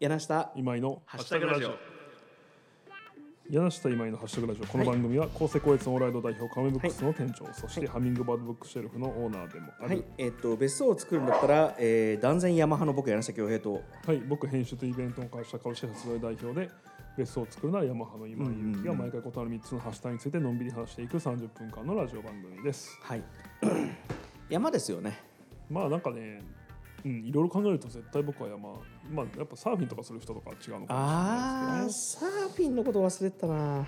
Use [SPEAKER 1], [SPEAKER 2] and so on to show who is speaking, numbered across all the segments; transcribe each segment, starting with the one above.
[SPEAKER 1] 柳下
[SPEAKER 2] 今井の
[SPEAKER 1] ハッシュタグラジオ
[SPEAKER 2] 柳下今井のハッシュタグラジオこの番組は高瀬光悦オーライド代表カメブックスの店長、そしてハミングバードブックシェルフのオーナーでもある、
[SPEAKER 1] は
[SPEAKER 2] はい
[SPEAKER 1] い、えっと別荘を作るんだったら、えー、断然ヤマハの僕柳下恭平と
[SPEAKER 2] 僕編集とイベントの会社株式発売代表で別荘を作るならヤマハの今井
[SPEAKER 1] うんうんうん
[SPEAKER 2] 勇気が毎回異なる3つのハッシュタグについてのんびり話していく30分間のラジオ番組です
[SPEAKER 1] はい 山ですよね
[SPEAKER 2] まあなんかねうん、いろいろ考えると絶対僕は山、まあ、やっぱサーフィンとかする人とかは違うのかもしれ
[SPEAKER 1] あ
[SPEAKER 2] ない
[SPEAKER 1] ー
[SPEAKER 2] です
[SPEAKER 1] サーフィンのこと忘れてたな
[SPEAKER 2] けど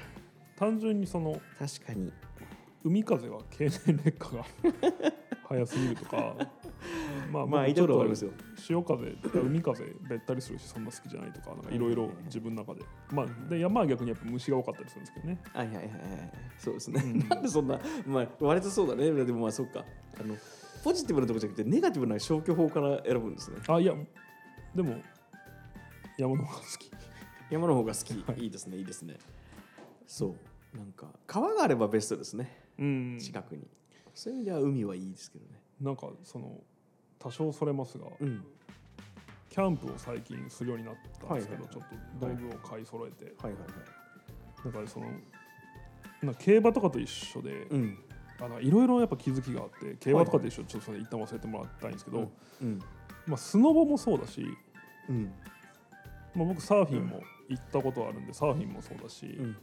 [SPEAKER 2] 単純にその
[SPEAKER 1] 確かに
[SPEAKER 2] 海風は経年劣化が早すぎると かまあ
[SPEAKER 1] まあ
[SPEAKER 2] 僕
[SPEAKER 1] いろいろありますよ
[SPEAKER 2] 潮風海風べったりするしそんな好きじゃないとかなんかいろいろ自分の中でまあで山は逆にやっぱ虫が多かったりするんですけどね
[SPEAKER 1] はいはいはいはいそうですね、なんでそんなまあ割とそうだねでもまあそっかあのポジティブなとこじゃなくてネガティブな消去法から選ぶんですね
[SPEAKER 2] あいやでも山の方が好き
[SPEAKER 1] 山の方が好き、い、いですねいいですねそうなんか川があればベストですね
[SPEAKER 2] うん
[SPEAKER 1] 近くに、そういう意味では海はいいですけどね
[SPEAKER 2] なんかその多少それますが
[SPEAKER 1] うん
[SPEAKER 2] キャンプを最近するようになったんですけど
[SPEAKER 1] はい
[SPEAKER 2] ちょっと道具を買い揃えて
[SPEAKER 1] はいはいはい
[SPEAKER 2] だからそのなんか競馬とかと一緒で、
[SPEAKER 1] うん
[SPEAKER 2] あのいろいろやっぱ気づきがあって競馬とかと一緒にちょっとそれ一旦忘れてもらいたいんですけど、
[SPEAKER 1] うん
[SPEAKER 2] まあ、スノボもそうだし、
[SPEAKER 1] うん
[SPEAKER 2] まあ、僕サーフィンも行ったことあるんでサーフィンもそうだし、
[SPEAKER 1] うん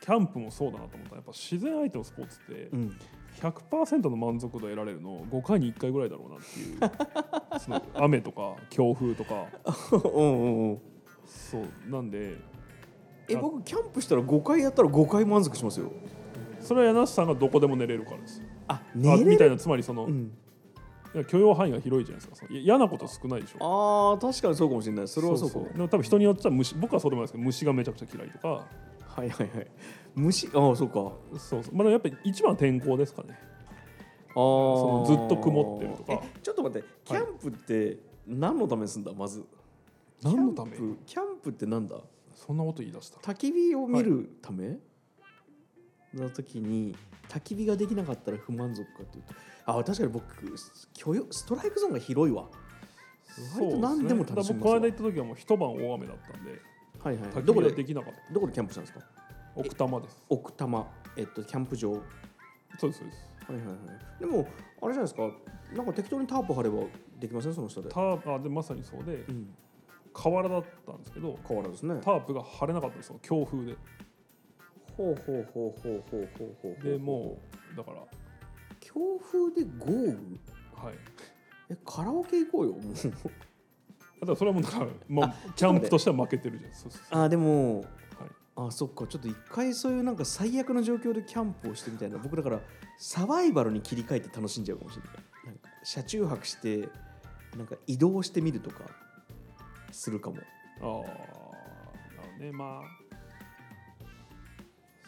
[SPEAKER 2] キャンプもそうだなと思ったらやっぱ自然相手のスポーツって
[SPEAKER 1] うん
[SPEAKER 2] 100%の満足度得られるの5回に1回ぐらいだろうなってい うその雨とか強風とか
[SPEAKER 1] うんうん
[SPEAKER 2] そうなんで
[SPEAKER 1] え僕キャンプしたら5回やったら5回満足しますよ
[SPEAKER 2] それは柳瀬さんがどこでも寝れるからです。
[SPEAKER 1] あ
[SPEAKER 2] あ
[SPEAKER 1] 寝
[SPEAKER 2] み
[SPEAKER 1] れ
[SPEAKER 2] たい
[SPEAKER 1] る
[SPEAKER 2] なつまりその、
[SPEAKER 1] うん、
[SPEAKER 2] いや許容範囲が広いじゃないですかそのいや嫌なこと少ないでしょ
[SPEAKER 1] あー確かにそうかもしれないそれはそうかも
[SPEAKER 2] でも多分人によっては虫僕はそうでもないですけど虫がめちゃくちゃ嫌いとか
[SPEAKER 1] はいはいはい虫ああそうか
[SPEAKER 2] そうそうまあでもやっぱり一番は天候ですかね
[SPEAKER 1] あそ
[SPEAKER 2] のずっと曇ってるとか
[SPEAKER 1] ちょっと待ってキャンプって何のためにすんだまず
[SPEAKER 2] 何のため
[SPEAKER 1] キャンプキャンプってなんだ
[SPEAKER 2] そんなこと言い出したら
[SPEAKER 1] 焚き火を見るため、の時に焚き火ができなかったら不満足かっていうとあ確かに僕許容ストライクゾーンが広いわ割と何でも楽し
[SPEAKER 2] そうですねだか
[SPEAKER 1] みま
[SPEAKER 2] ら僕こ
[SPEAKER 1] す
[SPEAKER 2] の
[SPEAKER 1] わ
[SPEAKER 2] 間行った時はもう一晩大雨だったんで
[SPEAKER 1] はいはい
[SPEAKER 2] 焚
[SPEAKER 1] どこ
[SPEAKER 2] き火が
[SPEAKER 1] で
[SPEAKER 2] できなかった
[SPEAKER 1] どこでキャンプしたんですか
[SPEAKER 2] 奥多摩です
[SPEAKER 1] 奥多摩えっとキャンプ場はい
[SPEAKER 2] そうですそうです
[SPEAKER 1] はいはいでもあれじゃないですかなんか適当にタープ張ればできませんその下で
[SPEAKER 2] ターあでまさにそうで
[SPEAKER 1] うん
[SPEAKER 2] 河原だったんですけど
[SPEAKER 1] 変わらずですね
[SPEAKER 2] タープが張れなかったんですよ強風で
[SPEAKER 1] ほうほうほうほうほうほうほう
[SPEAKER 2] でもうだから
[SPEAKER 1] 強風で豪雨
[SPEAKER 2] はい
[SPEAKER 1] えカラオケ行こうよもう
[SPEAKER 2] だからそれはもうだから、まあ、キャンプとしては負けてるじゃんそうそうそう
[SPEAKER 1] あでも
[SPEAKER 2] はい
[SPEAKER 1] あそっかちょっと一回そういうなんか最悪の状況でキャンプをしてみたいな僕だからサバイバルに切り替えて楽しんじゃうかもしれないなんか車中泊してなんか移動してみるとかするかも
[SPEAKER 2] ああ、なるほどね、まあ。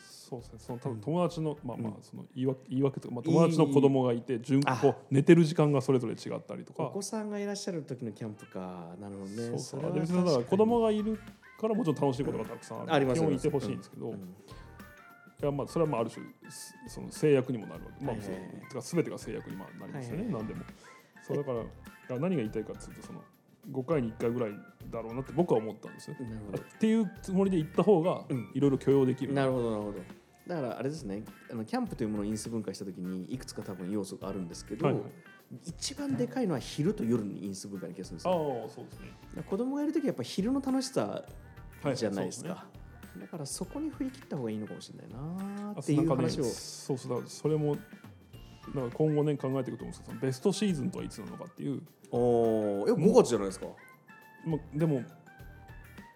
[SPEAKER 2] そうですね、その多
[SPEAKER 1] うん
[SPEAKER 2] 分友達の、まあまあ
[SPEAKER 1] う、
[SPEAKER 2] その言い訳、言い訳とか、まあ、
[SPEAKER 1] いい
[SPEAKER 2] 友達の子供がいて、順、
[SPEAKER 1] あ
[SPEAKER 2] こう寝てる時間がそれぞれ違ったりと
[SPEAKER 1] お
[SPEAKER 2] か。
[SPEAKER 1] 子さんがいらっしゃる時のキャンプかなるほどね
[SPEAKER 2] そうそう、
[SPEAKER 1] れは
[SPEAKER 2] で別
[SPEAKER 1] 確
[SPEAKER 2] にだ
[SPEAKER 1] か
[SPEAKER 2] から、
[SPEAKER 1] に
[SPEAKER 2] 子供がいるから、もちろん楽しいことがたくさんある。
[SPEAKER 1] あります
[SPEAKER 2] 基
[SPEAKER 1] あ
[SPEAKER 2] 本
[SPEAKER 1] り
[SPEAKER 2] い
[SPEAKER 1] ます
[SPEAKER 2] てほしいんですけ
[SPEAKER 1] う
[SPEAKER 2] ど、い
[SPEAKER 1] ん
[SPEAKER 2] や、まあ、それはまあ、ある種、すその制約にもなるわけ、まあ、
[SPEAKER 1] はい
[SPEAKER 2] そ
[SPEAKER 1] は
[SPEAKER 2] う
[SPEAKER 1] いはい、
[SPEAKER 2] てか、すべてが制約にまあなりますよ
[SPEAKER 1] はい
[SPEAKER 2] ね、
[SPEAKER 1] は
[SPEAKER 2] なんでも。そう、だから、だから何が言いたいかっていうと、その、5回に1回ぐらいだろうなって、僕は思ったんですよ。
[SPEAKER 1] なるほど
[SPEAKER 2] っていうつもりで行った方が
[SPEAKER 1] うん
[SPEAKER 2] いろいろ許容できる、
[SPEAKER 1] なるほどなるほどだからあれですねあのキャンプというものを因数分解した時にいくつか多分要素があるんですけど、
[SPEAKER 2] はいはい
[SPEAKER 1] 一番でかいのは昼と夜に因数分解の気がするんです
[SPEAKER 2] ああ
[SPEAKER 1] よ
[SPEAKER 2] そうです
[SPEAKER 1] だ
[SPEAKER 2] ね
[SPEAKER 1] から子供がいる時はやっぱ昼の楽しさ
[SPEAKER 2] は
[SPEAKER 1] じゃないですか、
[SPEAKER 2] そう
[SPEAKER 1] だからそこに振り切った方がいいのかもしれないな
[SPEAKER 2] ね
[SPEAKER 1] ー
[SPEAKER 2] あ
[SPEAKER 1] ってい
[SPEAKER 2] なん
[SPEAKER 1] う
[SPEAKER 2] かね
[SPEAKER 1] 話を、
[SPEAKER 2] そうそうだからそれもなんか今後ね考えていくと思うんですけどそのベストシーズンとはいつなのかっていう、
[SPEAKER 1] おおえ5月じゃないですか、
[SPEAKER 2] ま、でも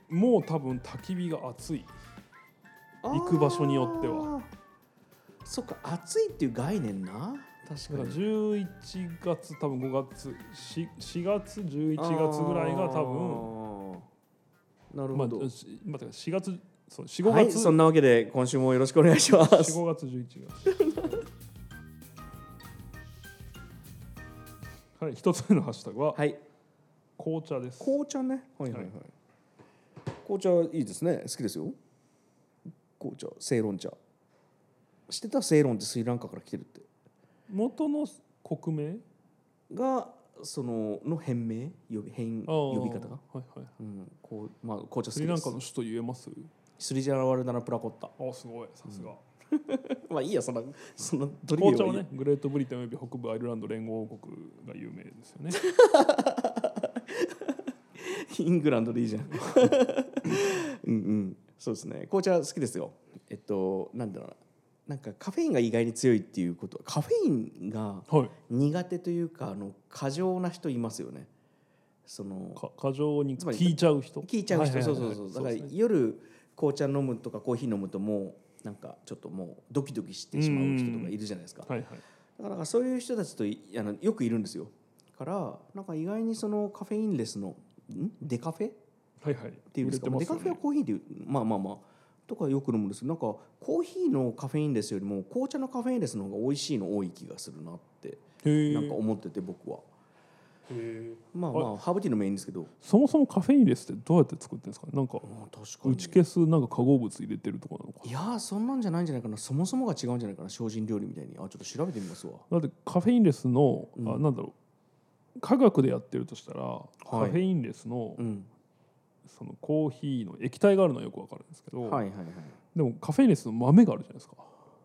[SPEAKER 2] もう多分焚き火が熱い
[SPEAKER 1] あー
[SPEAKER 2] 行く場所によっては
[SPEAKER 1] そっか暑いっていう概念な
[SPEAKER 2] だ
[SPEAKER 1] 確
[SPEAKER 2] か
[SPEAKER 1] からに
[SPEAKER 2] 11月多分5月 4, 4月11月ぐらいが多
[SPEAKER 1] 分なる
[SPEAKER 2] 分ま
[SPEAKER 1] ほ
[SPEAKER 2] あ、
[SPEAKER 1] ど、
[SPEAKER 2] しまあ、てか4月そう45月、
[SPEAKER 1] はいそんなわけで今週もよろしくお願いしま
[SPEAKER 2] 4、
[SPEAKER 1] す
[SPEAKER 2] 5月、11月。 はい、一つ目のハッシュタグは
[SPEAKER 1] はい
[SPEAKER 2] 紅茶です。
[SPEAKER 1] 紅茶ねはいはいはい、
[SPEAKER 2] はい
[SPEAKER 1] 紅茶いいですね好きですよ紅茶セイロン茶知ってたセイロンってスリランカから来てるって
[SPEAKER 2] 元の国名
[SPEAKER 1] がそのの変名呼び変
[SPEAKER 2] あー
[SPEAKER 1] 呼び方が、
[SPEAKER 2] はいはい
[SPEAKER 1] うんこうまあ、紅茶好
[SPEAKER 2] ス
[SPEAKER 1] き
[SPEAKER 2] リ
[SPEAKER 1] で
[SPEAKER 2] ラン
[SPEAKER 1] す
[SPEAKER 2] カの首都言えます
[SPEAKER 1] スリジャラワルダナプラコッタ
[SPEAKER 2] あすごいさすが、
[SPEAKER 1] まあいいや そんなそんなドリビア
[SPEAKER 2] 紅茶
[SPEAKER 1] はい
[SPEAKER 2] はいねグレートブリテンおよび北部アイルランド連合王国が有名ですよね
[SPEAKER 1] イングランドでいいじゃん うんうんそうですね紅茶好きですよえっとなんだろうななんかカフェインが意外に強いっていうことはカフェインが
[SPEAKER 2] はい
[SPEAKER 1] 苦手というかあの過剰な人いますよねその
[SPEAKER 2] か過剰に
[SPEAKER 1] つまり
[SPEAKER 2] 聞いちゃう人
[SPEAKER 1] 聞いちゃう人、
[SPEAKER 2] は
[SPEAKER 1] そ
[SPEAKER 2] はは
[SPEAKER 1] うそうそうだから夜紅茶飲むとかコーヒー飲むともうなんかちょっともうドキドキしてしまう人とかいるじゃないですか
[SPEAKER 2] はいはい
[SPEAKER 1] だからなんかそういう人たちといあのよくいるんですよからなんか意外にそのカフェインレスのんデカフェっ
[SPEAKER 2] はいはいって
[SPEAKER 1] いうんですか
[SPEAKER 2] ま
[SPEAKER 1] デ
[SPEAKER 2] すよ
[SPEAKER 1] カ
[SPEAKER 2] ね
[SPEAKER 1] フェはコーヒーでいうまあまあまあとかよく飲むんですけどなんかコーヒーのカフェインレスよりも紅茶のカフェインレスの方が美味しいの多い気がするなって
[SPEAKER 2] へえ
[SPEAKER 1] なんか思ってて僕は
[SPEAKER 2] へえ
[SPEAKER 1] まあまあハーブティーのもいいんですけど
[SPEAKER 2] そもそもカフェインレスってどうやって作ってるんですかねなんか
[SPEAKER 1] まあ確か
[SPEAKER 2] 打
[SPEAKER 1] に
[SPEAKER 2] ち消すなんか化合物入れてるとかなのか
[SPEAKER 1] いやーそんなんじゃないんじゃないかなそもそもが違うんじゃないかな精進料理みたいにあちょっと調べてみますわ
[SPEAKER 2] だってカフェインレスの、
[SPEAKER 1] うん
[SPEAKER 2] あなんだろう科学でやってるとしたら、
[SPEAKER 1] い
[SPEAKER 2] カフェインレスの,、
[SPEAKER 1] うん
[SPEAKER 2] そのコーヒーの液体があるのはよくわかるんですけど、
[SPEAKER 1] はいはいはい
[SPEAKER 2] でもカフェインレスの豆があるじゃないですか。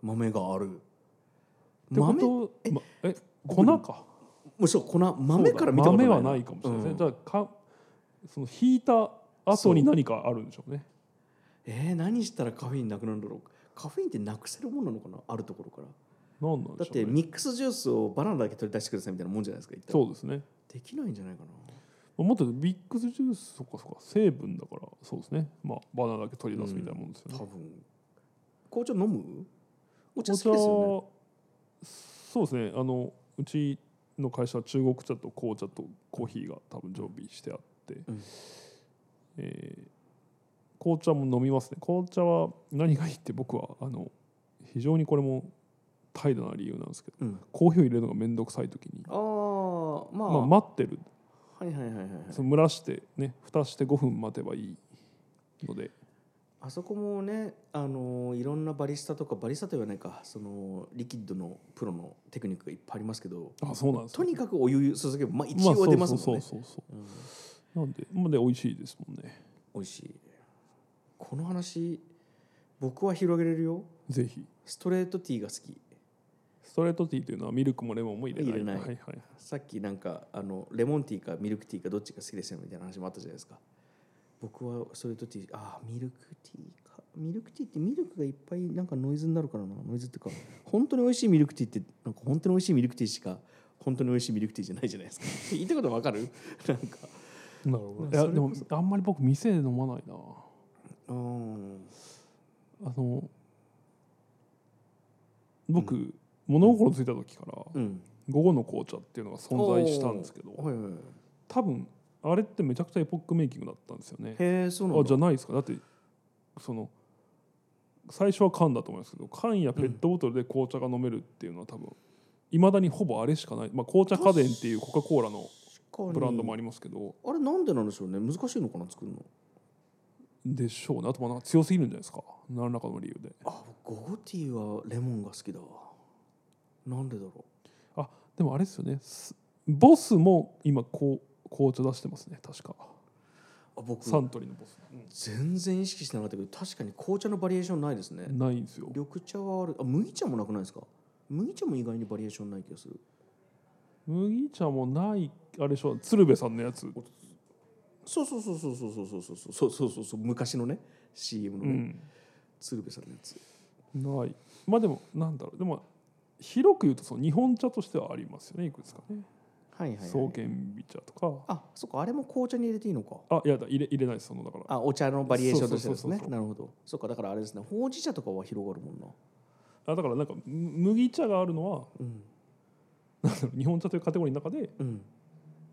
[SPEAKER 1] 豆がある
[SPEAKER 2] って
[SPEAKER 1] 豆も
[SPEAKER 2] ことまえ粉か
[SPEAKER 1] うそう粉豆から見たことない
[SPEAKER 2] 豆はないかもしれないですね、
[SPEAKER 1] うん
[SPEAKER 2] だからかその引いた後に何かあるんでしょうね
[SPEAKER 1] えー、何したらカフェインなくなるんだろうカフェインってなくせるものなのかなあるところから
[SPEAKER 2] 何なん
[SPEAKER 1] だ
[SPEAKER 2] で
[SPEAKER 1] っ
[SPEAKER 2] しょうね
[SPEAKER 1] てミックスジュースをバナナだけ取り出してくださいみたいなもんじゃないですか言ったら
[SPEAKER 2] そうですね
[SPEAKER 1] できないんじゃないかな
[SPEAKER 2] もっとビックスジュースそっかそっか成分だからそうですねまあバナナだけ取り出すみたいなもんですよね、
[SPEAKER 1] 多分紅茶飲むお茶好
[SPEAKER 2] 紅
[SPEAKER 1] きです
[SPEAKER 2] 茶
[SPEAKER 1] よね
[SPEAKER 2] そうですねあのうちの会社は中国茶と紅茶とコーヒーが多分常備してあって、
[SPEAKER 1] うん
[SPEAKER 2] えー紅茶も飲みますね紅茶は何がいいって僕はあの非常にこれも怠惰な理由なんですけど
[SPEAKER 1] うん
[SPEAKER 2] コーヒーを入れるのが面倒くさい時に、
[SPEAKER 1] あーまあ、
[SPEAKER 2] まあ、待ってる
[SPEAKER 1] はいはいはいはいはい
[SPEAKER 2] その蒸らしてね蓋して5分待てばいいので
[SPEAKER 1] あそこもね、あのーいろんなバリスタとかバリスタと言わないかそのリキッドのプロのテクニックがいっぱいありますけど
[SPEAKER 2] あそうなんです
[SPEAKER 1] と
[SPEAKER 2] よ
[SPEAKER 1] にかくお湯注げば、まあ、一
[SPEAKER 2] まあ
[SPEAKER 1] 応出ます
[SPEAKER 2] そ
[SPEAKER 1] もん
[SPEAKER 2] う
[SPEAKER 1] ね
[SPEAKER 2] そうそうそう
[SPEAKER 1] うん
[SPEAKER 2] そうなんでまあで美味しいですもんね
[SPEAKER 1] 美味しいこの話僕は広げれるよ
[SPEAKER 2] ぜひ
[SPEAKER 1] ストレートティーが好き
[SPEAKER 2] ストレートティーというのはミルクもレモンも入れない
[SPEAKER 1] 入れない
[SPEAKER 2] はいはい、
[SPEAKER 1] さっきなんかあのレモンティーかミルクティーかどっちが好きですよみたいな話もあったじゃないですか僕はストレートティーあーミルクティーかミルクティーってミルクがいっぱいなんかノイズになるからなノイズっていうか本当に美味しいミルクティーってなんか本当に美味しいミルクティーしか本当に美味しいミルクティーじゃないじゃないですか言ったことわかるなんか
[SPEAKER 2] なるほ
[SPEAKER 1] ど
[SPEAKER 2] いや
[SPEAKER 1] それ
[SPEAKER 2] でも
[SPEAKER 1] こそ
[SPEAKER 2] あんまり僕店で飲まないな
[SPEAKER 1] うん
[SPEAKER 2] あの僕、物心ついた時から
[SPEAKER 1] うん
[SPEAKER 2] 午後の紅茶っていうのが存在したんですけど
[SPEAKER 1] はいはいはい
[SPEAKER 2] 多分あれってめちゃくちゃエポックメイキングだったんですよね
[SPEAKER 1] へえそうなん
[SPEAKER 2] あ
[SPEAKER 1] だ
[SPEAKER 2] じゃないですかだってその最初は缶だと思いますけど缶やペットボトルで紅茶が飲めるっていうのは多分いまだにほぼあれしかない、まあ、紅茶家電っていうコカ・コーラの
[SPEAKER 1] 確かに
[SPEAKER 2] ブランドもありますけど、
[SPEAKER 1] あれなんでなんでしょうね難しいのかな作るの
[SPEAKER 2] でしょうねあとまあなんか強すぎるんじゃないですか何らかの理由で
[SPEAKER 1] あ僕ゴゴティーはレモンが好きだわなんでだろ
[SPEAKER 2] でもあれですよねすボスも今こう紅茶出してますね確か
[SPEAKER 1] うあ僕
[SPEAKER 2] サントリーのボス、
[SPEAKER 1] 全然意識してなかったけど確かに紅茶のバリエーションないですね
[SPEAKER 2] ないんですよ
[SPEAKER 1] 緑茶はあるあ麦茶もなくないですか麦茶も意外にバリエーションない気がする
[SPEAKER 2] 麦茶もないあれでしょ鶴瓶さんのやつ、
[SPEAKER 1] そうそうそうそうそうそうそうそうそうそうそうそう昔のね CM の
[SPEAKER 2] う
[SPEAKER 1] ね、
[SPEAKER 2] ん、
[SPEAKER 1] 鶴瓶さんのやつ
[SPEAKER 2] ないまあでもなんだろうでも広く言うとその日本茶としてはありますよねいくつかね
[SPEAKER 1] はいはい、はい、
[SPEAKER 2] 創建美茶とか
[SPEAKER 1] あそっかあれも紅茶に入れていいのか
[SPEAKER 2] あいやだ入れ入れないですそのだから
[SPEAKER 1] あお茶のバリエーションとしてですね
[SPEAKER 2] そうそうそうそう
[SPEAKER 1] なるほどそっかだからあれですねほうじ茶とかは広がるもんな
[SPEAKER 2] あだからなんかむ麦茶があるのは
[SPEAKER 1] うん
[SPEAKER 2] なんだろう日本茶というカテゴリーの中で
[SPEAKER 1] うん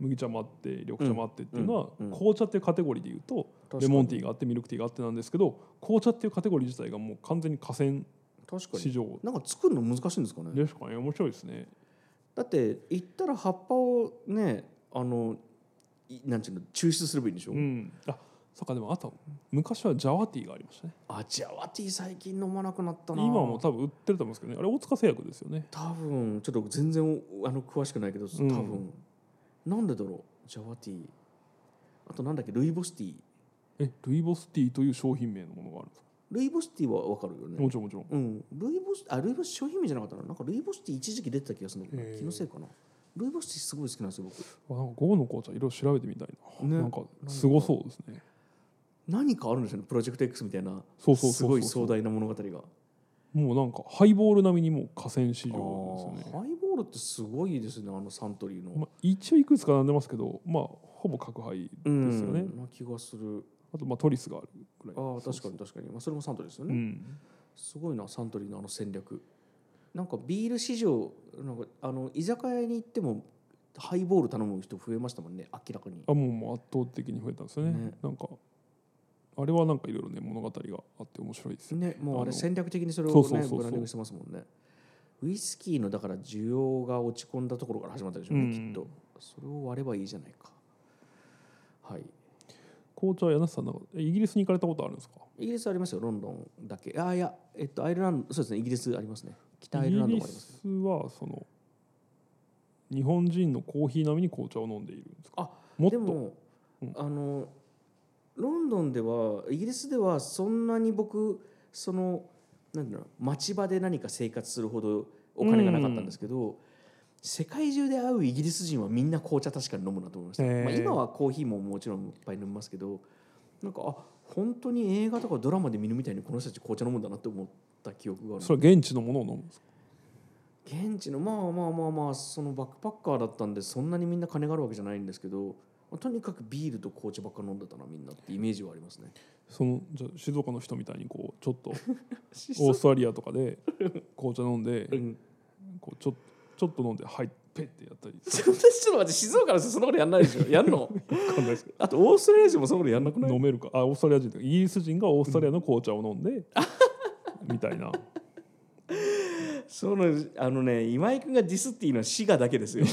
[SPEAKER 2] 麦茶もあって緑茶もあってっていうのは、
[SPEAKER 1] うんうん
[SPEAKER 2] 紅茶っていうカテゴリーで言うとレモンティーがあってミルクティーがあってなんですけど紅茶っていうカテゴリー自体がもう完全に河川
[SPEAKER 1] 確かに
[SPEAKER 2] 市場
[SPEAKER 1] なんか作るの難しいんですかね
[SPEAKER 2] ですかね面白いですね
[SPEAKER 1] だって行ったら葉っぱをねあのいなんていうの抽出すればいいんでしょ、
[SPEAKER 2] うんあそっかでもあと昔はジャワティーがありましたね
[SPEAKER 1] あジャワティー最近飲まなくなったな
[SPEAKER 2] 今はもう多分売ってると思うんですけどねあれ大塚製薬ですよね
[SPEAKER 1] 多分ちょっと全然おあの詳しくないけど多分、
[SPEAKER 2] ん
[SPEAKER 1] なんでだろうジャワティーあとなんだっけルイボスティー
[SPEAKER 2] えルイボスティーという商品名のものがあるんですか、
[SPEAKER 1] ルイボスティーはわかるよ
[SPEAKER 2] も
[SPEAKER 1] ね
[SPEAKER 2] ちろんもちろん
[SPEAKER 1] うんルイボスあルイボス商品名じゃなかったななんかルイボスティー一時期出てた気がするんだけど
[SPEAKER 2] へ
[SPEAKER 1] な
[SPEAKER 2] ー
[SPEAKER 1] 気のせいかなルイボスティーすごい好きなんですよ僕
[SPEAKER 2] あなんか午後の紅茶いろいろ調べてみたいな、
[SPEAKER 1] ね
[SPEAKER 2] なんかすごそうですね
[SPEAKER 1] 何かあるんですよねプロジェクト X みたいな
[SPEAKER 2] そうそうそうそう
[SPEAKER 1] すごい壮大な物語が
[SPEAKER 2] もうなんかハイボール並みにもう河
[SPEAKER 1] あ
[SPEAKER 2] 川市場ですよ
[SPEAKER 1] ー
[SPEAKER 2] ね
[SPEAKER 1] ハイボールってすごいですねあのサントリーの、
[SPEAKER 2] まあ、一応いくつか並んでますけどまあほぼ角杯
[SPEAKER 1] うん
[SPEAKER 2] ですよね
[SPEAKER 1] な気がする
[SPEAKER 2] あとまあトリスがあるぐらい
[SPEAKER 1] ああ
[SPEAKER 2] そう
[SPEAKER 1] 確
[SPEAKER 2] そ
[SPEAKER 1] か
[SPEAKER 2] う
[SPEAKER 1] に確かに、まあ、それもサントリーですよ
[SPEAKER 2] う
[SPEAKER 1] ね、
[SPEAKER 2] ん
[SPEAKER 1] すごいなサントリーのあの戦略なんかビール市場なんかあの居酒屋に行ってもハイボール頼む人増えましたもんね明らかに
[SPEAKER 2] あもうもう圧倒的に増えたんですよね
[SPEAKER 1] ね
[SPEAKER 2] なんかあれはなんかいろいろね物語があって面白いですよね
[SPEAKER 1] ねもうあれ
[SPEAKER 2] あの
[SPEAKER 1] 戦略的にそれを
[SPEAKER 2] そ
[SPEAKER 1] ね
[SPEAKER 2] うそうそうそう
[SPEAKER 1] ブランディングしてますもんねウイスキーのだから需要が落ち込んだところから始まったでしょうね、
[SPEAKER 2] うん
[SPEAKER 1] きっとそれを割ればいいじゃないかはい
[SPEAKER 2] 紅茶は柳瀬さんなんかえイギリスに行かれたことあるんですか
[SPEAKER 1] イギリスありますよロンドンだけあいやえっとアイルランドそうですねイギリスありますね北アイルランドもあります
[SPEAKER 2] イギリスはその日本人のコーヒー並みに紅茶を飲んでいるんですか
[SPEAKER 1] あ
[SPEAKER 2] もっ
[SPEAKER 1] で
[SPEAKER 2] と
[SPEAKER 1] も、
[SPEAKER 2] うん
[SPEAKER 1] あのロンドンではイギリスではそんなに僕そのなんだろう町場で何か生活するほどお金がなかったんですけど、世界中で会うイギリス人はみんな紅茶確かに飲むなと思いました、
[SPEAKER 2] へー
[SPEAKER 1] まあ、今はコーヒーももちろんいっぱい飲みますけどなんかあ本当に映画とかドラマで見るみたいにこの人たち紅茶飲むんだなって思った記憶がある
[SPEAKER 2] それは現地のものを飲むんですか
[SPEAKER 1] 現地のまあまあまあまあそのバックパッカーだったんでそんなにみんな金があるわけじゃないんですけどとにかくビールと紅茶ばっか飲んでたなみんなってイメージはありますね。
[SPEAKER 2] そのじゃあ静岡の人みたいにこうちょっとオーストラリアとか で紅茶飲んで
[SPEAKER 1] うん、
[SPEAKER 2] こうちょちょっと飲んではいペッてやったり
[SPEAKER 1] ちょっと待って静岡の人そんなことやんないでしょやんの
[SPEAKER 2] わかんないですけ
[SPEAKER 1] あとオーストラリア人もそんなことやんなく
[SPEAKER 2] ど
[SPEAKER 1] ない
[SPEAKER 2] 飲めるかあオーストラリア人とかイギリス人がオーストラリアの紅茶を飲 んでみたいな
[SPEAKER 1] そのあのね今井君がディスっていうのは滋賀だけですよ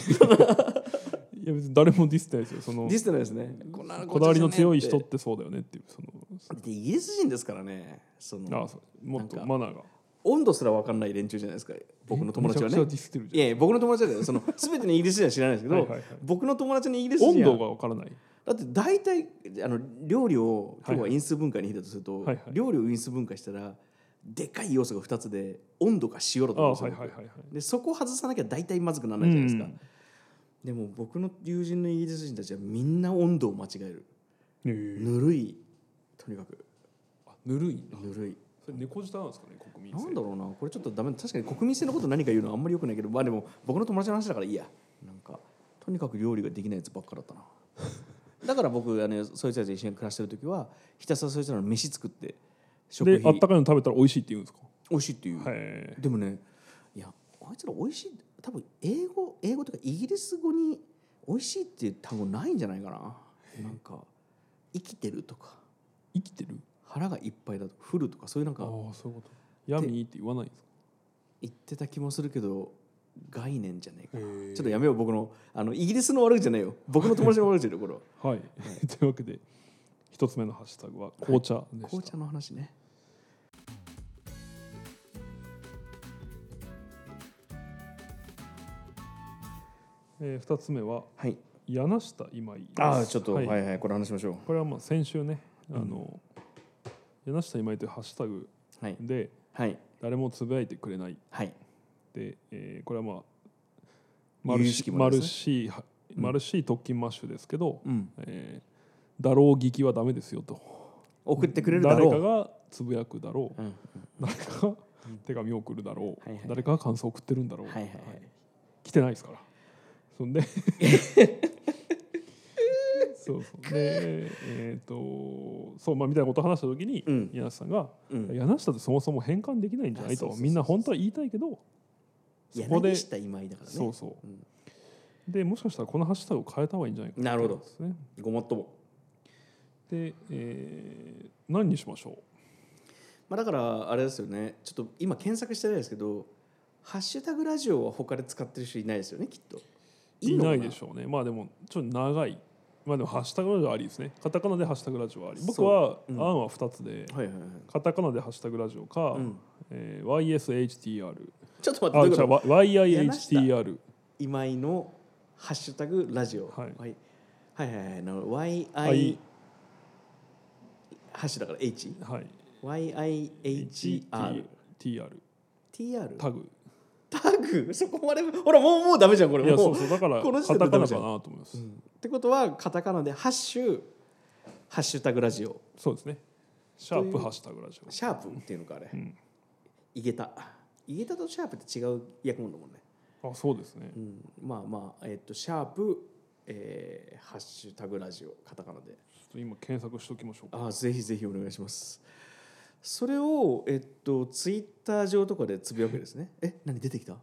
[SPEAKER 2] いや別に誰もディスってないですよその
[SPEAKER 1] ディスってないですねんなの
[SPEAKER 2] こだわりの強
[SPEAKER 1] 紅
[SPEAKER 2] い人
[SPEAKER 1] 茶
[SPEAKER 2] っ
[SPEAKER 1] じ
[SPEAKER 2] てそうだよねっていうそ
[SPEAKER 1] ゃねえってでイギリス人ですからねそ
[SPEAKER 2] のあ
[SPEAKER 1] の
[SPEAKER 2] そうもっと
[SPEAKER 1] なんか
[SPEAKER 2] マナーが
[SPEAKER 1] 温度すら分かんない連中じゃないですか僕の友達は
[SPEAKER 2] めちゃ
[SPEAKER 1] ね
[SPEAKER 2] くちゃディスってる
[SPEAKER 1] い
[SPEAKER 2] じ
[SPEAKER 1] やいや僕の友達はねその 全てのイギリス人は知らないですけ
[SPEAKER 2] ゃん
[SPEAKER 1] ど、
[SPEAKER 2] はいはいはい
[SPEAKER 1] 僕の友達のイギリス人は
[SPEAKER 2] 温度がわからない
[SPEAKER 1] だって大体あの料理を今日は因数分解に引いたとすると、
[SPEAKER 2] はいはい
[SPEAKER 1] 料理を因数分解したらでかい要素が2つで温度か塩だ
[SPEAKER 2] あ
[SPEAKER 1] と思うんです
[SPEAKER 2] は
[SPEAKER 1] よ
[SPEAKER 2] い、はいはいはい
[SPEAKER 1] でそこを外さなきゃ大体まずくならな
[SPEAKER 2] う
[SPEAKER 1] いじゃないですか、
[SPEAKER 2] ん
[SPEAKER 1] でも僕の友人のイギリス人たちはみんな温度を間違える
[SPEAKER 2] えー
[SPEAKER 1] ぬるいとにかく
[SPEAKER 2] あぬるいな
[SPEAKER 1] ぬるい
[SPEAKER 2] それ猫舌なんですかね国民性
[SPEAKER 1] なんだろうなこれちょっとダメ確かに国民性のこと何か言うのはあんまりよくないけどまあでも僕の友達の話だからいいやなんかとにかく料理ができないやつばっかだった なだから僕あのそいつらと一緒に暮らしてる時はひたすらそいつらの飯作って食
[SPEAKER 2] であっ
[SPEAKER 1] 費
[SPEAKER 2] たかいの食べたら美味しいって言うんですか
[SPEAKER 1] 美味しいっていう、
[SPEAKER 2] はい
[SPEAKER 1] でもねいやあいつら美味しい多分英語英語というかイギリス語に美味しいっていう単語ないんじゃないかななんか生きてるとか
[SPEAKER 2] 生きてる
[SPEAKER 1] 腹がいっぱいだとかフルとかそういうなん
[SPEAKER 2] ああ
[SPEAKER 1] か
[SPEAKER 2] そういうことヤミーって言わないんですか
[SPEAKER 1] 言ってた気もするけど概念じゃねえかな
[SPEAKER 2] へえ
[SPEAKER 1] ちょっとやめよう僕のあのイギリスの悪口じゃない よ僕の友達の悪口だよこれは
[SPEAKER 2] はい、 というわけで一つ目のハッシュタグは紅茶でした、
[SPEAKER 1] 紅茶の話ね
[SPEAKER 2] えー二つ目は
[SPEAKER 1] はい
[SPEAKER 2] 柳下今井です
[SPEAKER 1] ああちょっと
[SPEAKER 2] は
[SPEAKER 1] はいいはいこれ話しましょ
[SPEAKER 2] これはまあ先週ねあの、柳下今井というハッシュタグ
[SPEAKER 1] うはい
[SPEAKER 2] で
[SPEAKER 1] はい
[SPEAKER 2] 誰もつぶやいてくれない
[SPEAKER 1] はい
[SPEAKER 2] で、えーこれはまあマ
[SPEAKER 1] 由
[SPEAKER 2] ル
[SPEAKER 1] 々
[SPEAKER 2] シ
[SPEAKER 1] しき
[SPEAKER 2] ー、
[SPEAKER 1] も
[SPEAKER 2] マ
[SPEAKER 1] の
[SPEAKER 2] ル
[SPEAKER 1] です
[SPEAKER 2] シーは
[SPEAKER 1] うん
[SPEAKER 2] マルシー特勤マッシュですけど、
[SPEAKER 1] うん
[SPEAKER 2] えーだろう聞きはダメですよと
[SPEAKER 1] 送ってくれるだろう
[SPEAKER 2] 誰かがつぶやくだろう
[SPEAKER 1] うん
[SPEAKER 2] 誰かが手紙を送るだろう、
[SPEAKER 1] はいはい
[SPEAKER 2] 誰かが感想を送ってるんだろう、
[SPEAKER 1] はいはいはい
[SPEAKER 2] 来てないですからそ んでそうそうでえっ、とそうまあみたいなことを話した時に、
[SPEAKER 1] うん
[SPEAKER 2] 柳下さんが、
[SPEAKER 1] うん
[SPEAKER 2] 柳下ってそもそも変換できないんじゃない
[SPEAKER 1] あそう
[SPEAKER 2] と
[SPEAKER 1] そうそうそう
[SPEAKER 2] みんな本当は言いたいけどそこで
[SPEAKER 1] 柳下今井だからね
[SPEAKER 2] そうそう、
[SPEAKER 1] うん
[SPEAKER 2] でもしかしたらこのハッシュタグを変えた方がいいんじゃないか
[SPEAKER 1] なるほど
[SPEAKER 2] ですね
[SPEAKER 1] ごもっとも
[SPEAKER 2] で、えー何にしましょ
[SPEAKER 1] まあだからあれですよねちょっと今検索してないですけどハッシュタグラジオは他で使ってる人いないですよねきっと
[SPEAKER 2] うい
[SPEAKER 1] のか
[SPEAKER 2] ないでしょうねまあでもちょっと長いまあでもハッシュタグラジオありですねカタカナでハッシュタグラジオあり僕は
[SPEAKER 1] そううん
[SPEAKER 2] 案は2つで、
[SPEAKER 1] はいはいはい
[SPEAKER 2] カタカナでハッシュタグラジオか、
[SPEAKER 1] うん
[SPEAKER 2] えー YSHTR
[SPEAKER 1] ちょっと待ってどう
[SPEAKER 2] あ
[SPEAKER 1] いう
[SPEAKER 2] じゃ
[SPEAKER 1] こと
[SPEAKER 2] あ YIHTR
[SPEAKER 1] 今井のハッシュタグラジオ。
[SPEAKER 2] はい
[SPEAKER 1] はい、はい、はいはい、なるほど YI。ハッシュだから H。
[SPEAKER 2] はい。
[SPEAKER 1] YIHR。
[SPEAKER 2] TR
[SPEAKER 1] TR。
[SPEAKER 2] タグ。
[SPEAKER 1] タグそこまで。ほら、もう、もうダメじゃん、これ。
[SPEAKER 2] いや
[SPEAKER 1] も
[SPEAKER 2] そううそうだから
[SPEAKER 1] この時
[SPEAKER 2] カ
[SPEAKER 1] 点で
[SPEAKER 2] タカ
[SPEAKER 1] ダメ
[SPEAKER 2] ナ
[SPEAKER 1] じ
[SPEAKER 2] か
[SPEAKER 1] ゃん
[SPEAKER 2] なと思います。
[SPEAKER 1] うんってことは、カタカナで、ハッシュ、ハッシュタグラジオ。
[SPEAKER 2] そうですね。シャープハッシュタグラジ
[SPEAKER 1] シャープっていうのか、あれ
[SPEAKER 2] う。ん
[SPEAKER 1] イゲタ。イゲタとシャープって違う役物だもんね。
[SPEAKER 2] オ。あそうですね
[SPEAKER 1] う。ん、まあまあ、えっと、シャープ、えーハッシュタグラジオ、カタカナで。
[SPEAKER 2] ちょっと今検索しておきましょうか。
[SPEAKER 1] あぜひぜひお願いします。それを、えっと、ツイッター上とかでつぶやくわけですね。え、何出てきた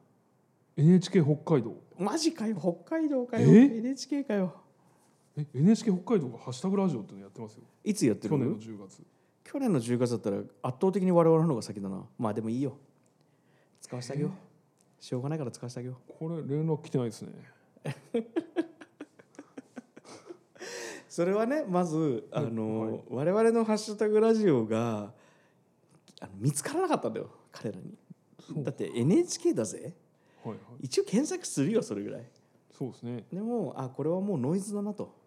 [SPEAKER 2] NHK 北海道。
[SPEAKER 1] マジかよ、北海道かよ、
[SPEAKER 2] え
[SPEAKER 1] NHK かよ。
[SPEAKER 2] え NHK 北海道がハッシュタグラジオっていうのやってますよ。
[SPEAKER 1] いつやってる
[SPEAKER 2] 去年
[SPEAKER 1] の
[SPEAKER 2] の10月。
[SPEAKER 1] 去年の10月だったら圧倒的に我々の方が先だな。まあでもいいよ。使わせてあげよう。しょうがないから使わせてあげよう。
[SPEAKER 2] これ連絡来てないですね。
[SPEAKER 1] それはね、まず、あ
[SPEAKER 2] は
[SPEAKER 1] の、我々のハッシュタグラジオがあの見つからなかったんだよ、彼らに。
[SPEAKER 2] そう
[SPEAKER 1] だって NHK だぜ。
[SPEAKER 2] はいはい。
[SPEAKER 1] 一応検索するよ、それぐらい。
[SPEAKER 2] そうですね。
[SPEAKER 1] でもあこれはもうノイズだなと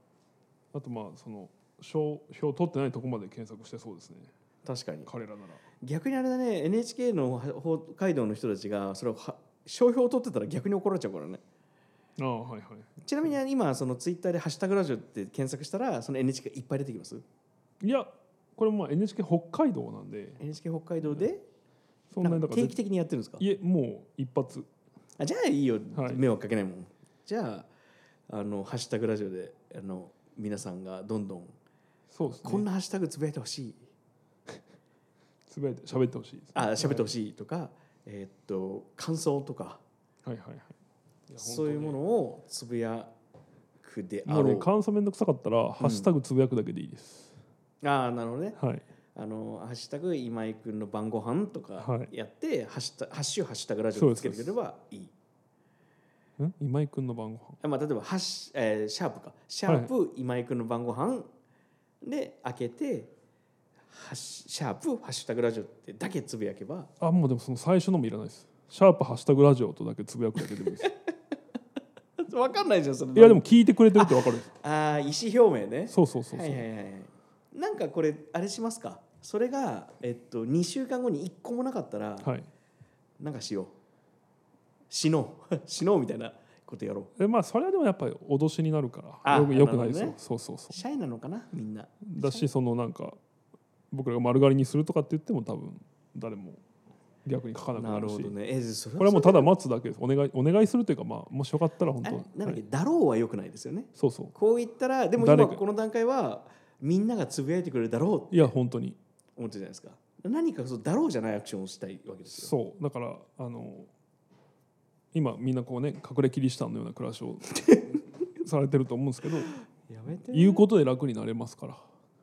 [SPEAKER 2] あとまあその商標取ってないとこまで検索してそうですね。
[SPEAKER 1] 確かに
[SPEAKER 2] 彼らなら。
[SPEAKER 1] 逆にあれだね NHK のは北海道の人たちがそれをは商標を取ってたら逆に怒られちゃうからね
[SPEAKER 2] ああはいはい。
[SPEAKER 1] ちなみに今そのツイッターで「ハッシュタグラジオ」って検索したらその NHK がいっぱい出てきます
[SPEAKER 2] いやこれもまあ NHK 北海道なんで
[SPEAKER 1] NHK 北海道で
[SPEAKER 2] そん
[SPEAKER 1] な
[SPEAKER 2] なに
[SPEAKER 1] ん
[SPEAKER 2] だ
[SPEAKER 1] か
[SPEAKER 2] から
[SPEAKER 1] 定期的にやってるんですか
[SPEAKER 2] いえもう一発
[SPEAKER 1] あじゃあいいよ、
[SPEAKER 2] はい
[SPEAKER 1] 迷惑かけないもんじゃああの「ハッシュタグラジオで」あの皆さんがどんどん
[SPEAKER 2] そうです
[SPEAKER 1] こん
[SPEAKER 2] ね
[SPEAKER 1] なハッシュタグつぶやいてほしい
[SPEAKER 2] つぶやいて喋ってほしいです、ね、
[SPEAKER 1] あ喋ってほしいとか、えーっと感想とか
[SPEAKER 2] はいはいはいや
[SPEAKER 1] そういうもの
[SPEAKER 2] 本
[SPEAKER 1] をつぶやくで
[SPEAKER 2] 当
[SPEAKER 1] あ
[SPEAKER 2] ね
[SPEAKER 1] ろ
[SPEAKER 2] もう
[SPEAKER 1] う
[SPEAKER 2] ね。感想めんどくさかったら、ハッシュタグつぶやくだけでいいです
[SPEAKER 1] ああ、なるほどね。
[SPEAKER 2] はい
[SPEAKER 1] あの、ハッシュタグ今井君の晩ご飯とか
[SPEAKER 2] はい
[SPEAKER 1] やって、ハッシュタハッシュハッシュタグラジオつけてくれればいい。
[SPEAKER 2] ん今井君の晩ご飯
[SPEAKER 1] まあ、例えばハッシュ、えーシャープか。シャープ、今井君の晩ご飯で開けて、ハッシュシャープ、ハッシュタグラジオってだけつぶやけば、
[SPEAKER 2] あもうでもその最初のもいらないですシャープハッシュタグラジオとだけつぶやくだけでもいいです
[SPEAKER 1] わかんないじゃん、それ。
[SPEAKER 2] いやでも聞いてくれてるってわかるんです
[SPEAKER 1] ああ、意思表明ね。
[SPEAKER 2] そうそうそうそう、
[SPEAKER 1] はいはいはいはい。なんかこれ、あれしますかそれが、えっと、2週間後に1個もなかったら、
[SPEAKER 2] はい
[SPEAKER 1] なんかしよう死の う死のうみたいなことやろ
[SPEAKER 2] でまあそれはでもやっぱり脅しになるから
[SPEAKER 1] あ
[SPEAKER 2] よくよくないです
[SPEAKER 1] な
[SPEAKER 2] よ、
[SPEAKER 1] るほどね
[SPEAKER 2] そうそうそう
[SPEAKER 1] うシャイなのかなみんな
[SPEAKER 2] だしそのなんか僕らが丸刈りにするとかって言っても多分誰も逆に書かなくな
[SPEAKER 1] なる
[SPEAKER 2] る
[SPEAKER 1] ほ
[SPEAKER 2] し
[SPEAKER 1] どねえそれ
[SPEAKER 2] これはもうた
[SPEAKER 1] だ
[SPEAKER 2] だ待つだけですお願いお願いするというかまあもしよかったら本
[SPEAKER 1] あれ
[SPEAKER 2] 当
[SPEAKER 1] なんだっけ、
[SPEAKER 2] はい
[SPEAKER 1] だろうは良くないですよね
[SPEAKER 2] そうそ
[SPEAKER 1] こう言ったらでも今
[SPEAKER 2] 誰か
[SPEAKER 1] この段階はみんながつぶやいてくれるだろ
[SPEAKER 2] ういや本当に
[SPEAKER 1] うと思ってるじゃないですか何かそうだろうじゃないアクションをしたいわけですよ
[SPEAKER 2] そうだからあの今みんなこうね隠れキリシタンのような暮ら しをされてると思うんですけど
[SPEAKER 1] やめて
[SPEAKER 2] 言うことで楽になれますから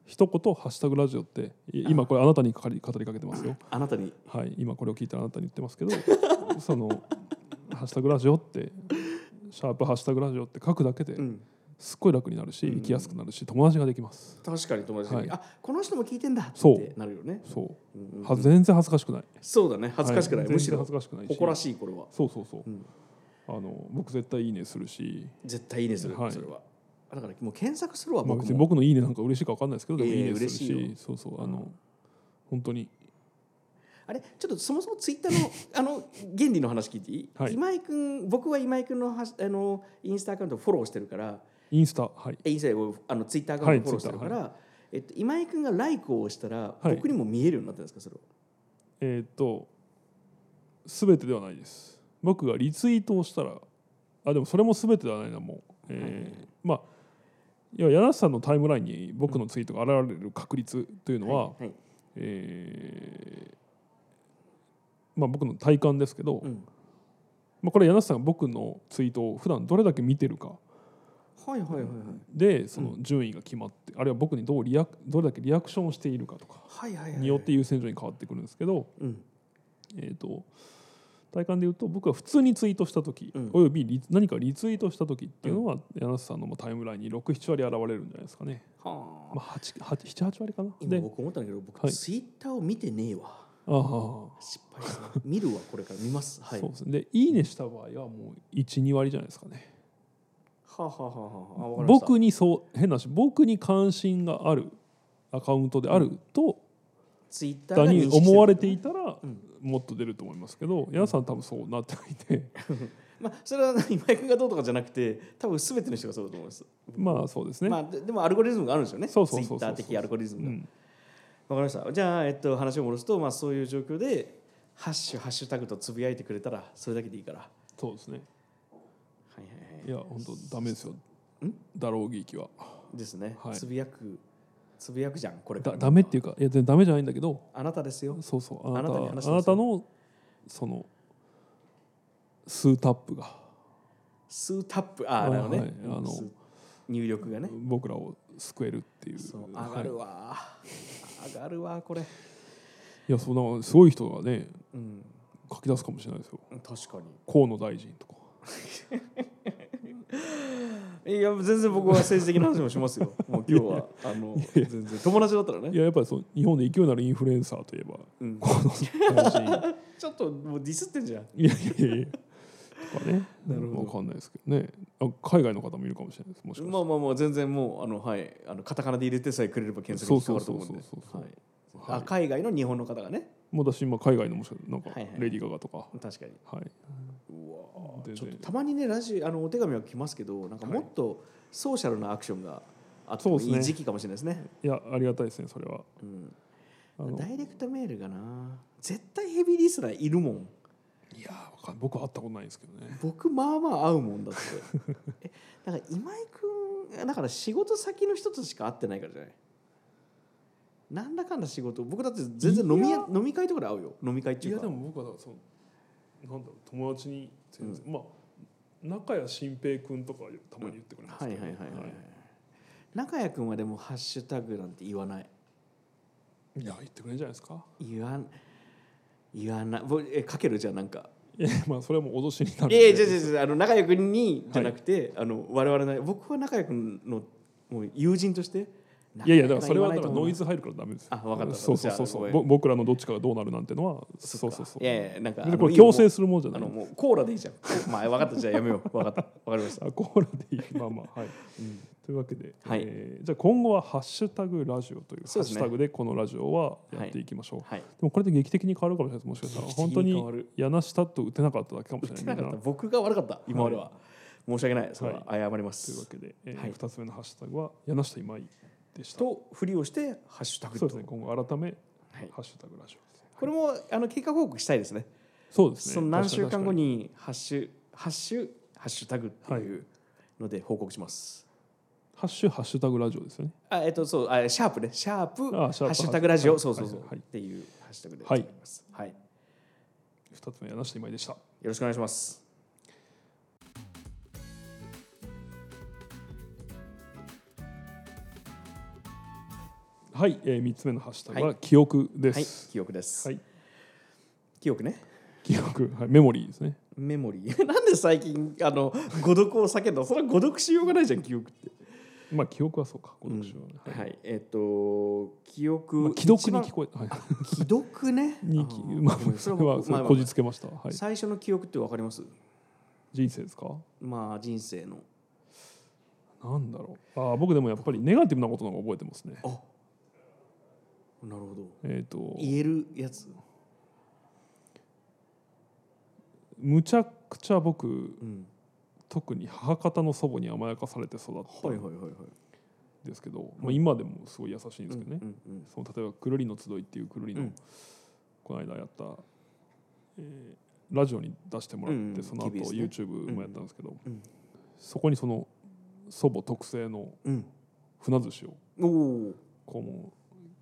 [SPEAKER 2] 一言「ハッシュタグラジオ」ってい今これあなたにかかり語りかけてますよ
[SPEAKER 1] あなたに
[SPEAKER 2] はい、今これを聞いたらあなたに言ってますけど その「ハッシュタグラジオ」って「シャープハッシュタグラジオ」って書くだけで
[SPEAKER 1] うん
[SPEAKER 2] すっごい楽になるし、
[SPEAKER 1] うん
[SPEAKER 2] 生きやすくなるし友達ができます
[SPEAKER 1] 確かに友達に、
[SPEAKER 2] はい
[SPEAKER 1] あこの人も聞いてんだ
[SPEAKER 2] そう
[SPEAKER 1] ってなるよね
[SPEAKER 2] そ
[SPEAKER 1] うん
[SPEAKER 2] う、
[SPEAKER 1] うん
[SPEAKER 2] は全然恥ずかしくない
[SPEAKER 1] そうだね恥ずかしくない、
[SPEAKER 2] はい
[SPEAKER 1] むしろ
[SPEAKER 2] 全然恥ずかしくないし
[SPEAKER 1] 誇らしいこれは
[SPEAKER 2] そうそうそう、
[SPEAKER 1] うん
[SPEAKER 2] あの僕絶対「いいね」するし
[SPEAKER 1] 絶対いいですよ、
[SPEAKER 2] はい
[SPEAKER 1] それはだからもう検索するわ
[SPEAKER 2] まあ
[SPEAKER 1] 僕
[SPEAKER 2] 別に
[SPEAKER 1] も
[SPEAKER 2] 僕の「いいね」なんか嬉しいか分かんないですけどでも「
[SPEAKER 1] いや
[SPEAKER 2] い
[SPEAKER 1] い
[SPEAKER 2] い
[SPEAKER 1] や
[SPEAKER 2] ね」するし
[SPEAKER 1] 嬉しいよ
[SPEAKER 2] そうそうあの、
[SPEAKER 1] うん
[SPEAKER 2] 本当に
[SPEAKER 1] あれちょっとそもそもツイッターの あの原理の話聞いていい、
[SPEAKER 2] はい
[SPEAKER 1] 今井君僕は今井君のはしあのインスタアカウントをフォローしてるから
[SPEAKER 2] インスタはい
[SPEAKER 1] えインスタをあのツイッターアカウントをフォローしてる
[SPEAKER 2] は
[SPEAKER 1] か
[SPEAKER 2] い
[SPEAKER 1] ら、えっと、今井君が「ライクを押したら、
[SPEAKER 2] はい
[SPEAKER 1] 僕にも見えるようになってるんですかそれを
[SPEAKER 2] えーっと全てではないです僕がリツイートをしたらあでもそれも全てではないなもう、えーまあいや柳瀬さんのタイムラインに僕のツイートが現れる確率というのは、
[SPEAKER 1] いい
[SPEAKER 2] えーまあ、僕の体感ですけど、
[SPEAKER 1] うん
[SPEAKER 2] まあ、これ柳瀬さんが僕のツイートを普段どれだけ見てるか
[SPEAKER 1] はいはいはいはい
[SPEAKER 2] でその順位が決まって、あるいは僕にどうリアクどれだけリアクションをしているかとか
[SPEAKER 1] はいはいはい
[SPEAKER 2] によって優先順位変わってくるんですけど、
[SPEAKER 1] うん
[SPEAKER 2] えー、と体感で言うと僕は普通にツイートした時、
[SPEAKER 1] うん
[SPEAKER 2] およびリ何かリツイートした時っていうのは、柳瀬さんのまあタイムラインに67割現れるんじゃないですかね、
[SPEAKER 1] はあ、
[SPEAKER 2] まあ、78割かな
[SPEAKER 1] 今
[SPEAKER 2] で
[SPEAKER 1] 僕思ったんだけど僕、
[SPEAKER 2] はい
[SPEAKER 1] ツイッターを見てねえわ
[SPEAKER 2] ああ、
[SPEAKER 1] 失敗した見るわこれから見ますはい
[SPEAKER 2] そうですねで「いいね」した場合はもう12割じゃないですかね
[SPEAKER 1] はあ、はあはあはあ、あわかりました
[SPEAKER 2] 僕にそう変な話僕に関心があるアカウントであると、
[SPEAKER 1] ツイッター
[SPEAKER 2] だ
[SPEAKER 1] が認
[SPEAKER 2] に
[SPEAKER 1] 識してる
[SPEAKER 2] 思われていたら、
[SPEAKER 1] うん
[SPEAKER 2] もっと出ると思いますけど皆さん多分そうなってないんで
[SPEAKER 1] まあ、それは何マイクがどうとかじゃなくて多分全ての人がそうだと思います、
[SPEAKER 2] まあそうですね、
[SPEAKER 1] まあ、ででもアルゴリズムがあるんですよねツイ
[SPEAKER 2] そうそうそ
[SPEAKER 1] ッ
[SPEAKER 2] うそ
[SPEAKER 1] タ
[SPEAKER 2] う
[SPEAKER 1] ー的アルゴリズ
[SPEAKER 2] う
[SPEAKER 1] ムが、
[SPEAKER 2] ん、
[SPEAKER 1] わかりました。じゃあ、えっと、話を戻すと、まあ、そういう状況で、ハッシュ、ハッシュタグとつぶやいてくれたら、それだけでいいから。は
[SPEAKER 2] そうですね
[SPEAKER 1] いはいはい
[SPEAKER 2] いや本当ダメですよダローギーキは
[SPEAKER 1] う。ですね。
[SPEAKER 2] はい
[SPEAKER 1] つぶやく、つぶやくじゃん、これから
[SPEAKER 2] だダメっていうかいやでダメじゃないんだけど
[SPEAKER 1] あなたですよ。
[SPEAKER 2] そうそうあなた
[SPEAKER 1] あな
[SPEAKER 2] あ
[SPEAKER 1] たに話
[SPEAKER 2] な
[SPEAKER 1] して
[SPEAKER 2] た
[SPEAKER 1] ます
[SPEAKER 2] のその数タップが
[SPEAKER 1] 数タップ、ああ、
[SPEAKER 2] あ
[SPEAKER 1] なるほど
[SPEAKER 2] はい
[SPEAKER 1] ね。
[SPEAKER 2] あの
[SPEAKER 1] 数入力がね。
[SPEAKER 2] 僕らを救えるっていう
[SPEAKER 1] そう、
[SPEAKER 2] はい
[SPEAKER 1] 上がるわ。上がるわ、これ。
[SPEAKER 2] いやそんなすごい人がね
[SPEAKER 1] うん、
[SPEAKER 2] 書き出すかもしれないですよ
[SPEAKER 1] 確かに。
[SPEAKER 2] 河野大臣とか
[SPEAKER 1] いや、全然僕は政治的な話もしますよ。もう今日は、あの、全然友達だったら
[SPEAKER 2] い
[SPEAKER 1] ね。
[SPEAKER 2] ややっぱりそう日本で勢いのあるインフルエンサーといえば
[SPEAKER 1] うん
[SPEAKER 2] 河野大臣
[SPEAKER 1] ちょっと、もうディスってんじゃん。
[SPEAKER 2] いやいやいやいやとかね
[SPEAKER 1] なるほど
[SPEAKER 2] わかんないですけどねあ海外の方もいるかもしれないですもしかした
[SPEAKER 1] まあまあまあ全然もうあのはいあのカタカナで入れてさえくれれば検索
[SPEAKER 2] そ
[SPEAKER 1] に引っ
[SPEAKER 2] う
[SPEAKER 1] か
[SPEAKER 2] そ
[SPEAKER 1] か
[SPEAKER 2] う
[SPEAKER 1] ると
[SPEAKER 2] そ
[SPEAKER 1] 思
[SPEAKER 2] う
[SPEAKER 1] う
[SPEAKER 2] そ
[SPEAKER 1] ん
[SPEAKER 2] う
[SPEAKER 1] で
[SPEAKER 2] そうそう
[SPEAKER 1] はいあ海外の日本の方がね
[SPEAKER 2] もうだし今海外のもしかなんか
[SPEAKER 1] はいはい
[SPEAKER 2] レディー・ガガとか
[SPEAKER 1] 確かに
[SPEAKER 2] はい、
[SPEAKER 1] うわー
[SPEAKER 2] で
[SPEAKER 1] ちょっと
[SPEAKER 2] で
[SPEAKER 1] たまにねラジオあのお手紙は来ますけどなんかもっとソーシャルなアクションがあっても
[SPEAKER 2] そう
[SPEAKER 1] い
[SPEAKER 2] です
[SPEAKER 1] い
[SPEAKER 2] ね
[SPEAKER 1] 時期かもしれないですね
[SPEAKER 2] いやありがたいですねそれは
[SPEAKER 1] うん
[SPEAKER 2] あの
[SPEAKER 1] ダイレクトメールがな絶対ヘビーリスナーいるもん
[SPEAKER 2] いやーわかん僕は会ったことないんですけどね
[SPEAKER 1] 僕まあまあ会うも んだってえだから今井君だから仕事先の人としか会ってないからじゃないなんだかんだ仕事僕だって全然飲み
[SPEAKER 2] い
[SPEAKER 1] や
[SPEAKER 2] や
[SPEAKER 1] 飲み会とかで会うよ飲み会って
[SPEAKER 2] い
[SPEAKER 1] いう
[SPEAKER 2] や
[SPEAKER 1] か
[SPEAKER 2] でも僕はだからそのなんだろう友達に全然、まあ中谷新平君とかはたまに言ってくれます
[SPEAKER 1] は
[SPEAKER 2] け
[SPEAKER 1] い
[SPEAKER 2] ど、
[SPEAKER 1] はいはいはい、中谷君はでも「ハッシュタグ」なんて言わない
[SPEAKER 2] いや言ってくれるんじゃないですか
[SPEAKER 1] 言わん言わないぼえかけるじゃあなんか
[SPEAKER 2] いやまあそれはもう脅しになるん
[SPEAKER 1] い
[SPEAKER 2] で
[SPEAKER 1] やいや違う違う違うあの中谷君にじゃなくて、あの我々の僕は中谷君のもう友人として
[SPEAKER 2] いやいやだからそれはだ
[SPEAKER 1] 中
[SPEAKER 2] か
[SPEAKER 1] 谷
[SPEAKER 2] ら
[SPEAKER 1] 君言わ
[SPEAKER 2] ノ
[SPEAKER 1] ないと思う
[SPEAKER 2] イズ入るからダメですよ
[SPEAKER 1] あわかった
[SPEAKER 2] そうそうそう
[SPEAKER 1] じゃ
[SPEAKER 2] そ
[SPEAKER 1] あ
[SPEAKER 2] う
[SPEAKER 1] ご
[SPEAKER 2] ぼ僕らのどっちかがどうなるなんてのは
[SPEAKER 1] そっか
[SPEAKER 2] そうそうそう
[SPEAKER 1] いやいやなんか
[SPEAKER 2] で
[SPEAKER 1] あ
[SPEAKER 2] こ
[SPEAKER 1] の
[SPEAKER 2] れ強
[SPEAKER 1] いい
[SPEAKER 2] 制
[SPEAKER 1] よ
[SPEAKER 2] するもんじゃな
[SPEAKER 1] あ
[SPEAKER 2] い
[SPEAKER 1] のもうコーラでいいじゃん。まあ分かったじゃあやめよう。分かった。分かりました。
[SPEAKER 2] あコーラでいいまあまあはい、
[SPEAKER 1] ん
[SPEAKER 2] というわけで、
[SPEAKER 1] はい
[SPEAKER 2] えーじゃあ今後は「ハッシュタグラジオ」というハ
[SPEAKER 1] そう
[SPEAKER 2] ッ
[SPEAKER 1] です
[SPEAKER 2] シ
[SPEAKER 1] ね
[SPEAKER 2] ュタグでこのラジオはやっていきましょう、
[SPEAKER 1] はい。
[SPEAKER 2] でもこれで劇的に変わるかもしれないですもしかしたら
[SPEAKER 1] 劇的に変
[SPEAKER 2] 本当
[SPEAKER 1] わ
[SPEAKER 2] に
[SPEAKER 1] る
[SPEAKER 2] 柳下と打てなかっただけかもしれ
[SPEAKER 1] 打
[SPEAKER 2] な
[SPEAKER 1] て
[SPEAKER 2] い
[SPEAKER 1] なかっ
[SPEAKER 2] み
[SPEAKER 1] た。
[SPEAKER 2] んな
[SPEAKER 1] 僕が悪かった。今までは。申し訳ない。それは謝りま
[SPEAKER 2] というわ
[SPEAKER 1] す。
[SPEAKER 2] けで、えー
[SPEAKER 1] はい
[SPEAKER 2] 2つ目の「ハッシュタグは柳下今井」でした
[SPEAKER 1] と、ふりをして、ハッシュタグ
[SPEAKER 2] そ
[SPEAKER 1] と
[SPEAKER 2] うですね今後改め「
[SPEAKER 1] はい
[SPEAKER 2] ハッシュタグラジオ」ですね
[SPEAKER 1] これもあの経過報告したいですね。
[SPEAKER 2] そうですね
[SPEAKER 1] その何週間後
[SPEAKER 2] に
[SPEAKER 1] にハッシュハッシュハッシュタグっていうので報告します。
[SPEAKER 2] ハッシュハッシュタグラジオですよね
[SPEAKER 1] あえっとそうあシャープねシャープ
[SPEAKER 2] あシャープ
[SPEAKER 1] ハッシュタグラジ
[SPEAKER 2] は
[SPEAKER 1] オ
[SPEAKER 2] い
[SPEAKER 1] そうそうそう
[SPEAKER 2] はいはい
[SPEAKER 1] っていうハッシュタグでございます。はい。よ
[SPEAKER 2] 2つ目柳下今井でした
[SPEAKER 1] ろしくお願いします。
[SPEAKER 2] はい、えー、3つ目のハッシュタグは「記憶」で
[SPEAKER 1] はい
[SPEAKER 2] す、
[SPEAKER 1] 記憶です。
[SPEAKER 2] はい
[SPEAKER 1] 記憶ね。
[SPEAKER 2] 記憶、はい、メモリーですね
[SPEAKER 1] メモリー なんで最近あの誤読を避けるのそれは誤読しようがないじゃん記憶って
[SPEAKER 2] まあ記憶はそうか、今年はね。
[SPEAKER 1] はい、
[SPEAKER 2] はい
[SPEAKER 1] えっ、と記憶、
[SPEAKER 2] まあ、既読に
[SPEAKER 1] 一
[SPEAKER 2] 聞こえ、はい、
[SPEAKER 1] 番既読ね
[SPEAKER 2] にき
[SPEAKER 1] あー
[SPEAKER 2] まあ
[SPEAKER 1] ごめん
[SPEAKER 2] それ
[SPEAKER 1] 僕
[SPEAKER 2] はそ
[SPEAKER 1] まあ
[SPEAKER 2] れ
[SPEAKER 1] まあ
[SPEAKER 2] こじつけました。はい。
[SPEAKER 1] 最初の記憶ってわかります
[SPEAKER 2] 人生ですか？
[SPEAKER 1] まあ人生の
[SPEAKER 2] なんだろう。ああ僕でもやっぱりネガティブなことの方が覚えてますね。
[SPEAKER 1] あなるほど
[SPEAKER 2] えっ、と
[SPEAKER 1] 言えるやつ
[SPEAKER 2] むちゃくちゃ僕
[SPEAKER 1] うん
[SPEAKER 2] 特に母方の祖母に甘やかされて育った
[SPEAKER 1] はいはい
[SPEAKER 2] ん
[SPEAKER 1] はいはい
[SPEAKER 2] ですけど、まあ今でもすごい優しいんですけどね。
[SPEAKER 1] うんうん
[SPEAKER 2] その例えばくるりの集いっていうくるりの、
[SPEAKER 1] うん
[SPEAKER 2] この間やった、えーラジオに出してもらって、
[SPEAKER 1] うんうん
[SPEAKER 2] その後
[SPEAKER 1] TBS ね
[SPEAKER 2] YouTube もやったんですけど、
[SPEAKER 1] うん
[SPEAKER 2] そこにその祖母特製の
[SPEAKER 1] うん
[SPEAKER 2] 船寿司を
[SPEAKER 1] うんお
[SPEAKER 2] こうもう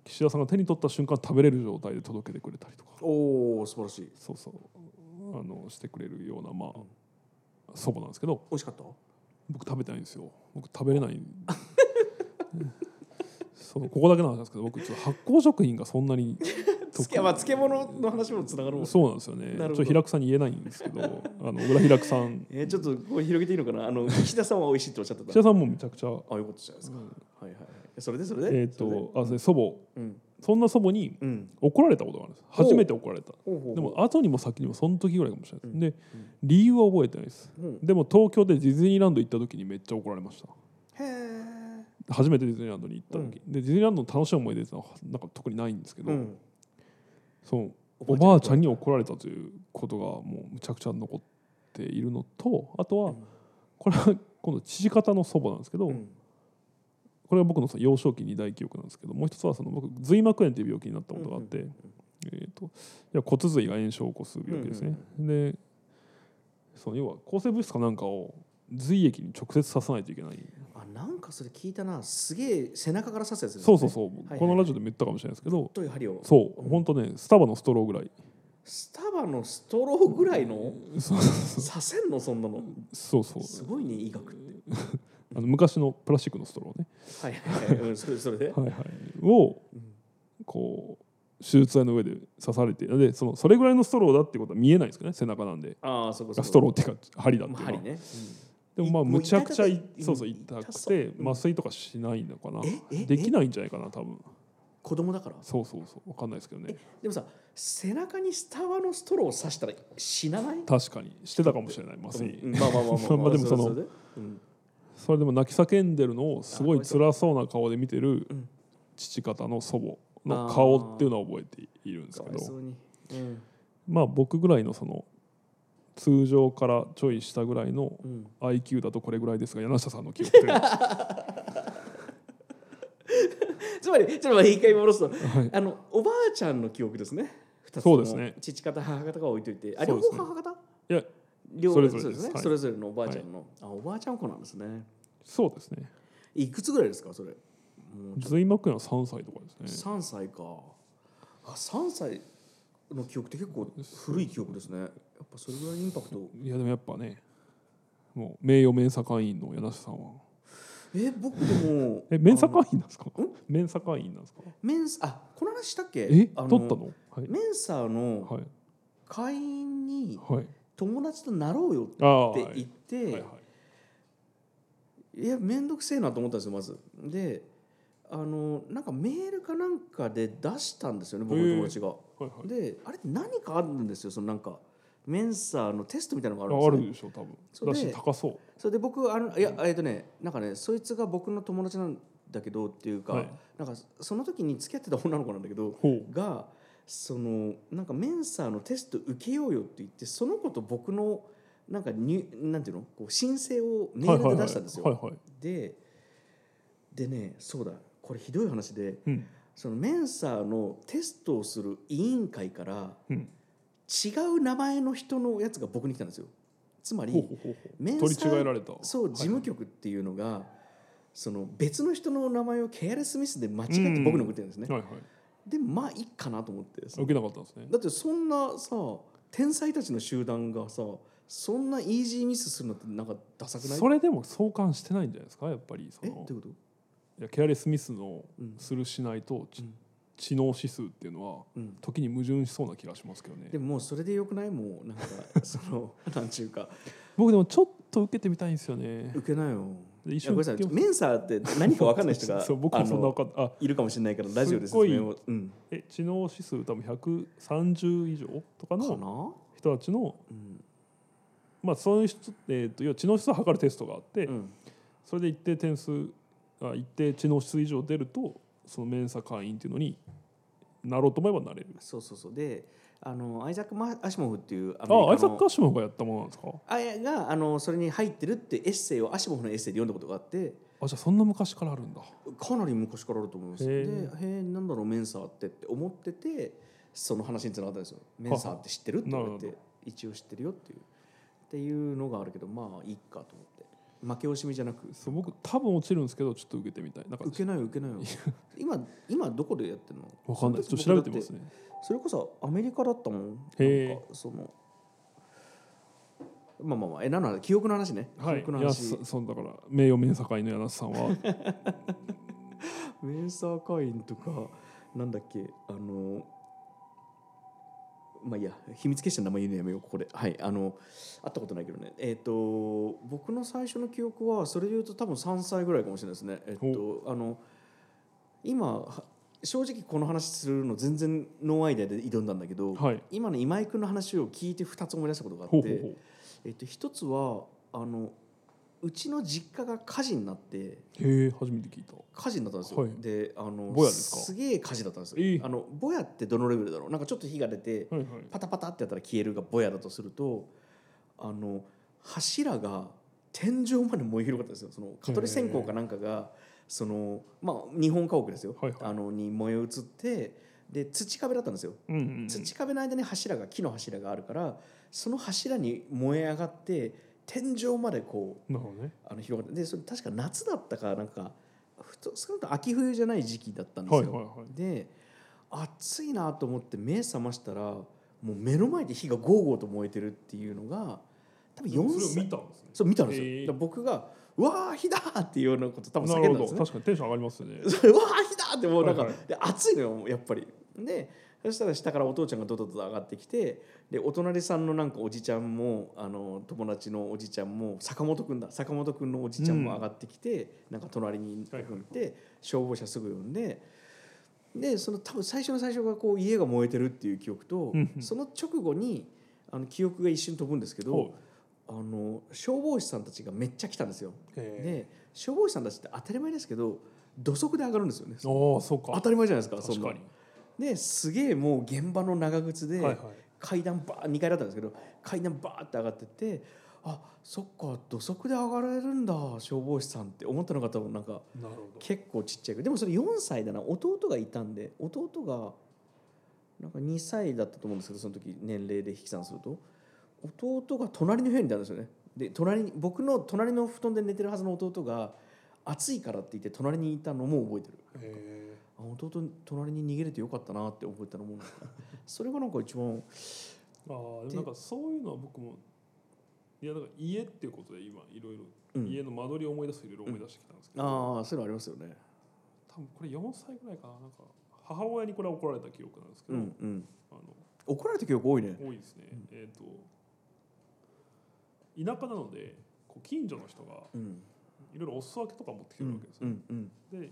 [SPEAKER 2] 岸田さんが手に取った瞬間食べれる状態で届けてくれたりとか
[SPEAKER 1] ーおー素晴らしい
[SPEAKER 2] そうそうあのしてくれるようなまあ祖母なんですけど
[SPEAKER 1] 美味しかった
[SPEAKER 2] 僕食べてないんですよ僕食べ れないそうここだけの話なんですけど僕ちょっと発酵食品がそんな に
[SPEAKER 1] つけ、まあ、漬物の話もつながるもん
[SPEAKER 2] そうなんですよねち
[SPEAKER 1] なるほ
[SPEAKER 2] ょ
[SPEAKER 1] ど
[SPEAKER 2] っと平久さんに言えないんですけど あの裏平久さん
[SPEAKER 1] えーちょっとこれ広げていいのかな あの岸田さんは美味しいっておっしゃってた
[SPEAKER 2] 岸田さんもめちゃくちゃ
[SPEAKER 1] ああいうことじゃないですか。はいはいはい。それでそれで。
[SPEAKER 2] えっ、
[SPEAKER 1] それで
[SPEAKER 2] とあそうですね祖母
[SPEAKER 1] うん
[SPEAKER 2] そんな祖母に
[SPEAKER 1] うん
[SPEAKER 2] 怒られたことがあるんです初めて怒られた
[SPEAKER 1] ほうほうほう
[SPEAKER 2] でも後にも先にもその時ぐらいかもしれないです、
[SPEAKER 1] うん
[SPEAKER 2] で理由は覚えてないです
[SPEAKER 1] うん
[SPEAKER 2] でも東京でディズニーランド行った時にめっちゃ怒られました
[SPEAKER 1] へえ
[SPEAKER 2] 初めてディズニーランドに行った時、でディズニーランドの楽しい思い出ってのはなんか特にないんですけど、
[SPEAKER 1] うん
[SPEAKER 2] そうおばあちゃんに怒られたということがもうむちゃくちゃ残っているのとあとは
[SPEAKER 1] うん
[SPEAKER 2] これは今度父方の祖母なんですけど、
[SPEAKER 1] うん
[SPEAKER 2] これは僕のその幼少期に大記憶なんですけどもう一つはその僕髄膜炎という病気になったことがあって、えー、といや骨髄が炎症を起こす病気ですね。でその要は抗生物質かなんかを髄液に直接刺さないといけない、
[SPEAKER 1] あなんかそれ聞いたなすげえ背中から刺すやつですね
[SPEAKER 2] そうそうそう、
[SPEAKER 1] はい
[SPEAKER 2] このラジオでも言ったかもしれないですけど、
[SPEAKER 1] 太い針を
[SPEAKER 2] そう本当ねスタバのストローぐらい
[SPEAKER 1] スタバのストローぐらいの
[SPEAKER 2] そう
[SPEAKER 1] 刺せんのそんなの
[SPEAKER 2] そうそう
[SPEAKER 1] すごいね医学って
[SPEAKER 2] あの昔のプラスチックのストローね、
[SPEAKER 1] はいはいはいうんそれそれで
[SPEAKER 2] はいはい、をこう手術台の上で刺されてでそのそれぐらいのストローだってことは見えないんですかね背中なんで
[SPEAKER 1] ああそこそこ
[SPEAKER 2] ストローっていうか針だっていう
[SPEAKER 1] まあ
[SPEAKER 2] のは
[SPEAKER 1] 針ね
[SPEAKER 2] でもまあ
[SPEAKER 1] いもう
[SPEAKER 2] むちゃくちゃい
[SPEAKER 1] 痛くて
[SPEAKER 2] そうそう
[SPEAKER 1] うん
[SPEAKER 2] 痛
[SPEAKER 1] 痛
[SPEAKER 2] く
[SPEAKER 1] そう
[SPEAKER 2] て麻酔とかしないのかな
[SPEAKER 1] えええ
[SPEAKER 2] できないんじゃないかな多分
[SPEAKER 1] 子供だから
[SPEAKER 2] そうそうそう分かんないですけどね
[SPEAKER 1] でもさ背中にスタバのストローを刺したら死なない
[SPEAKER 2] 確かにしてたかもしれない麻酔
[SPEAKER 1] うんまあまあまあまあ
[SPEAKER 2] まあでもその
[SPEAKER 1] れれでうん
[SPEAKER 2] それでも泣き叫んでるのをすごい辛そうな顔で見てる
[SPEAKER 1] うん
[SPEAKER 2] 父方の祖母の顔っていうのは覚えているんです
[SPEAKER 1] か
[SPEAKER 2] け
[SPEAKER 1] わいそ
[SPEAKER 2] ど
[SPEAKER 1] うにうん
[SPEAKER 2] まあ僕ぐらいのその通常からちょい下ぐらいの
[SPEAKER 1] うん
[SPEAKER 2] IQ だとこれぐらいですが柳下さんの記憶って は
[SPEAKER 1] つまりちょっと待って一回戻すと
[SPEAKER 2] い
[SPEAKER 1] あのおばあちゃんの記憶ですね。二つと
[SPEAKER 2] そ
[SPEAKER 1] も
[SPEAKER 2] うですね
[SPEAKER 1] 父方母方が置いといて、あ
[SPEAKER 2] そ
[SPEAKER 1] 両
[SPEAKER 2] うです
[SPEAKER 1] 方
[SPEAKER 2] ね
[SPEAKER 1] 母方？
[SPEAKER 2] いや
[SPEAKER 1] 両方
[SPEAKER 2] それ
[SPEAKER 1] そ
[SPEAKER 2] ぞ
[SPEAKER 1] う
[SPEAKER 2] れ
[SPEAKER 1] で
[SPEAKER 2] ですす
[SPEAKER 1] ね。
[SPEAKER 2] はい
[SPEAKER 1] それぞれのおばあちゃんの、あおばあちゃん子なんですね。
[SPEAKER 2] そうですね
[SPEAKER 1] いくつぐらいですかそれ？もうちょっ
[SPEAKER 2] 髄膜炎は3歳とか
[SPEAKER 1] と
[SPEAKER 2] ですね
[SPEAKER 1] 三歳か。あ三歳の記憶って結構古い記憶ですね。やっぱそれぐらいインパクト。
[SPEAKER 2] いやでもやっぱねもう名誉面査会員の柳瀬さんは
[SPEAKER 1] え僕でも
[SPEAKER 2] え面査
[SPEAKER 1] あの
[SPEAKER 2] 会員なんですか面査会員なんですか
[SPEAKER 1] メンサあこの話したっけ？
[SPEAKER 2] え取った
[SPEAKER 1] あ
[SPEAKER 2] のはい
[SPEAKER 1] メンサーの
[SPEAKER 2] はい
[SPEAKER 1] 会員に
[SPEAKER 2] はい
[SPEAKER 1] 友達となろうよ
[SPEAKER 2] ああ
[SPEAKER 1] っ
[SPEAKER 2] はい
[SPEAKER 1] て言って。
[SPEAKER 2] はいはい
[SPEAKER 1] いや面倒くせえなと思ったんですよまずであのなんかメールかなんかで出したんですよね僕の友達が、
[SPEAKER 2] はいはい
[SPEAKER 1] であれって何かあるんですよそのなんかメンサーのテストみたいなのがあ
[SPEAKER 2] ああ
[SPEAKER 1] るんです
[SPEAKER 2] る
[SPEAKER 1] よ、ね、
[SPEAKER 2] でしょ多分
[SPEAKER 1] それ
[SPEAKER 2] だ
[SPEAKER 1] で
[SPEAKER 2] し高そう
[SPEAKER 1] それで僕あのいやえっとねなんかねそいつが僕の友達なんだけどっていうか、
[SPEAKER 2] はい
[SPEAKER 1] なんかその時に付き合ってた女の子なんだけど
[SPEAKER 2] ほう
[SPEAKER 1] がそのなんかメンサーのテスト受けようよって言ってその子と僕のなんかになんていうのこう申請をメールで出したんですよ、
[SPEAKER 2] はいはいはいはいはい
[SPEAKER 1] ででねそうだこれひどい話で
[SPEAKER 2] うん
[SPEAKER 1] そのメンサーのテストをする委員会から
[SPEAKER 2] うん
[SPEAKER 1] 違う名前の人のやつが僕に来たんですよつま
[SPEAKER 2] ほ
[SPEAKER 1] り
[SPEAKER 2] うほうほう
[SPEAKER 1] 面
[SPEAKER 2] ほう取
[SPEAKER 1] 接
[SPEAKER 2] り違えられた
[SPEAKER 1] そう事務局っていうのが、その別の人の名前をケアレスミスで間違えて僕に送ってるんですね、
[SPEAKER 2] はいはいはい
[SPEAKER 1] でまあいいかなと思って
[SPEAKER 2] 受けなかったんですね
[SPEAKER 1] だってそんなさ天才たちの集団がさそんなイージーミスするのってなんかダサくない
[SPEAKER 2] それでも相関してないんじゃないですかやっぱりそ
[SPEAKER 1] えど
[SPEAKER 2] の
[SPEAKER 1] ういうこと
[SPEAKER 2] いやケアレスミスの
[SPEAKER 1] うん
[SPEAKER 2] するしないとち
[SPEAKER 1] うん
[SPEAKER 2] 知能指数っていうのは
[SPEAKER 1] うん
[SPEAKER 2] 時に矛盾しそうな気がしますけどね
[SPEAKER 1] でももうそれでよくないもう なんかそのなんちゅうか
[SPEAKER 2] 僕でもちょっと受けてみたいんですよね
[SPEAKER 1] 受けなよ
[SPEAKER 2] で
[SPEAKER 1] い
[SPEAKER 2] 一
[SPEAKER 1] や
[SPEAKER 2] 緒
[SPEAKER 1] ご
[SPEAKER 2] に
[SPEAKER 1] めんなさいメンサーって何か分かんない人が
[SPEAKER 2] そう僕もそんな分かんあ
[SPEAKER 1] あのいるかもしれないからラジオです
[SPEAKER 2] すっごい
[SPEAKER 1] 明をうん
[SPEAKER 2] え知能指数多分130以上と
[SPEAKER 1] か
[SPEAKER 2] か
[SPEAKER 1] な
[SPEAKER 2] の人たちの
[SPEAKER 1] うん
[SPEAKER 2] まあそういう人、えー、と要は知能指数を測るテストがあって、
[SPEAKER 1] うん
[SPEAKER 2] それで一定点数あ一定知能指数以上出るとその面査会員っていうのになろうと思えばなれる
[SPEAKER 1] そうそうそうであのアイザック・マアシモフっていうア
[SPEAKER 2] あアイザッ
[SPEAKER 1] の
[SPEAKER 2] ク・アシモフがやったものなんですか
[SPEAKER 1] あいやがあのそれに入ってるってエッセイをアシモフのエッセイで読んだことがあって
[SPEAKER 2] あじゃあそんな昔からあるんだ
[SPEAKER 1] かなり昔からあると思います
[SPEAKER 2] へ
[SPEAKER 1] でへ
[SPEAKER 2] ー
[SPEAKER 1] えなんだろうメンサーってって思っててその話につながったんですよメンサーって知ってるって言われ
[SPEAKER 2] な
[SPEAKER 1] て一応知ってるよっていうっていうのがあるけどまあいいかと思って負け惜しみじゃなく
[SPEAKER 2] そう僕多分落ちるんですけどちょっと受けてみたいなんか
[SPEAKER 1] 受けない受け ないよ今今どこでやってるの
[SPEAKER 2] わかんないち
[SPEAKER 1] そ
[SPEAKER 2] ょ
[SPEAKER 1] の時
[SPEAKER 2] っと調べてみますね
[SPEAKER 1] それこそアメリカだったもん
[SPEAKER 2] へー
[SPEAKER 1] なんかそのまあまあまあえなんなら記憶の話ね、
[SPEAKER 2] はい
[SPEAKER 1] 記憶の
[SPEAKER 2] いや
[SPEAKER 1] 話
[SPEAKER 2] そそうだから名誉面査会の柳瀬さ んは
[SPEAKER 1] メンサー会員とかなんだっけあのまあいいや秘密結社の名前言うのやめようここではいあの会ったことないけどねえっ、と僕の最初の記憶はそれで言うと多分3歳ぐらいかもしれないですねえっ、とあの今は正直この話するの全然ノーアイデアで挑んだんだけど、
[SPEAKER 2] はい
[SPEAKER 1] 今の今井君の話を聞いて2つ思い出したことがあって
[SPEAKER 2] ほうほうほう
[SPEAKER 1] えっと、1つはあのうちの実家が火事になって
[SPEAKER 2] へえ初めて聞いた
[SPEAKER 1] 火事になったんですよ、
[SPEAKER 2] はい
[SPEAKER 1] であの
[SPEAKER 2] ボヤですか
[SPEAKER 1] げえ火事だったんですよ、
[SPEAKER 2] ええ
[SPEAKER 1] あのボヤってどのレベルだろうなんかちょっと火が出て
[SPEAKER 2] はいはい
[SPEAKER 1] パタパタってやったら消えるがボヤだとするとあの柱が天井まで燃え広がったんですよその蚊取り線香かなんかがそのまあ日本家屋ですよ、
[SPEAKER 2] はいはい
[SPEAKER 1] あのに燃え移ってで土壁だったんですよ
[SPEAKER 2] うんうんうん
[SPEAKER 1] 土壁の間に柱が木の柱があるからその柱に燃え上がって天井までこう
[SPEAKER 2] なるほどね
[SPEAKER 1] あの広がってでそれ確か夏だったかなんかふと少なくとも秋冬じゃない時期だったんですよ。
[SPEAKER 2] はいはいはい
[SPEAKER 1] で暑いなと思って目覚ましたらもう目の前で火がゴーゴーと燃えてるっていうのが多分4歳
[SPEAKER 2] それを見たんですね
[SPEAKER 1] そう見たんですよ、
[SPEAKER 2] へ
[SPEAKER 1] だ
[SPEAKER 2] え
[SPEAKER 1] から僕が「うわー火だ!」っていうようなこと多分
[SPEAKER 2] な
[SPEAKER 1] 叫
[SPEAKER 2] る
[SPEAKER 1] んだんで
[SPEAKER 2] ほ
[SPEAKER 1] すね
[SPEAKER 2] ど確かにテンション上がりますよね
[SPEAKER 1] それわあ火だってもうなんか、
[SPEAKER 2] はいは
[SPEAKER 1] で暑いのよもうやっぱりでそしたら下からお父ちゃんがドドドド上がってきてでお隣さんのなんかおじちゃんもあの友達のおじちゃんも坂本くんだ坂本くんのおじちゃんも上がってきて、なんか隣に行
[SPEAKER 2] はいはい
[SPEAKER 1] って、消防車すぐ呼んででその多分最初の最初がこう家が燃えてるっていう記憶と、
[SPEAKER 2] うんうん
[SPEAKER 1] その直後にあの記憶が一瞬飛ぶんですけ
[SPEAKER 2] ほ
[SPEAKER 1] どあの消防士さんたちがめっちゃ来たんですよ。
[SPEAKER 2] うへえ
[SPEAKER 1] で消防士さんたちって当たり前ですけど土足で上がるんですよね
[SPEAKER 2] ああそうか
[SPEAKER 1] 当たり前じゃないですかそ
[SPEAKER 2] 確
[SPEAKER 1] ん
[SPEAKER 2] か
[SPEAKER 1] な
[SPEAKER 2] に
[SPEAKER 1] ですげえもう現場の長靴で、
[SPEAKER 2] はいはい
[SPEAKER 1] 階段バー2階だったんですけど階段バーって上がってってあそっか土足で上がれるんだ消防士さんって思ったのが多分なんか
[SPEAKER 2] なるほど
[SPEAKER 1] 結構ちっちゃいけどでもそれ4歳だな弟がいたんで弟がなんか2歳だったと思うんですけどその時年齢で引き算すると弟が隣の部屋にいたんですよねで隣に僕の隣の布団で寝てるはずの弟が暑いからって言って隣にいたのも覚えてる
[SPEAKER 2] へ
[SPEAKER 1] あ弟隣に逃げれてよかったなって覚えたのもそれがなんか一番
[SPEAKER 2] えああでもなんかそういうのは僕もいやだから家っていうことで今いろいろ
[SPEAKER 1] うん
[SPEAKER 2] 家の間取りを思い出すといろいろ思い出してきたんですけど、
[SPEAKER 1] ああそういうのありますよね
[SPEAKER 2] 多分これ4歳ぐらいかななんか母親にこれは怒られた記憶なんですけ
[SPEAKER 1] う
[SPEAKER 2] ど、
[SPEAKER 1] んうん
[SPEAKER 2] あの
[SPEAKER 1] 怒られた記憶多いね
[SPEAKER 2] 多いですね、えっ、と田舎なのでこう近所の人が
[SPEAKER 1] うん
[SPEAKER 2] いろいろお裾分けとか持ってきて
[SPEAKER 1] う
[SPEAKER 2] るわ
[SPEAKER 1] ん
[SPEAKER 2] けです
[SPEAKER 1] う
[SPEAKER 2] よ、
[SPEAKER 1] んうん
[SPEAKER 2] で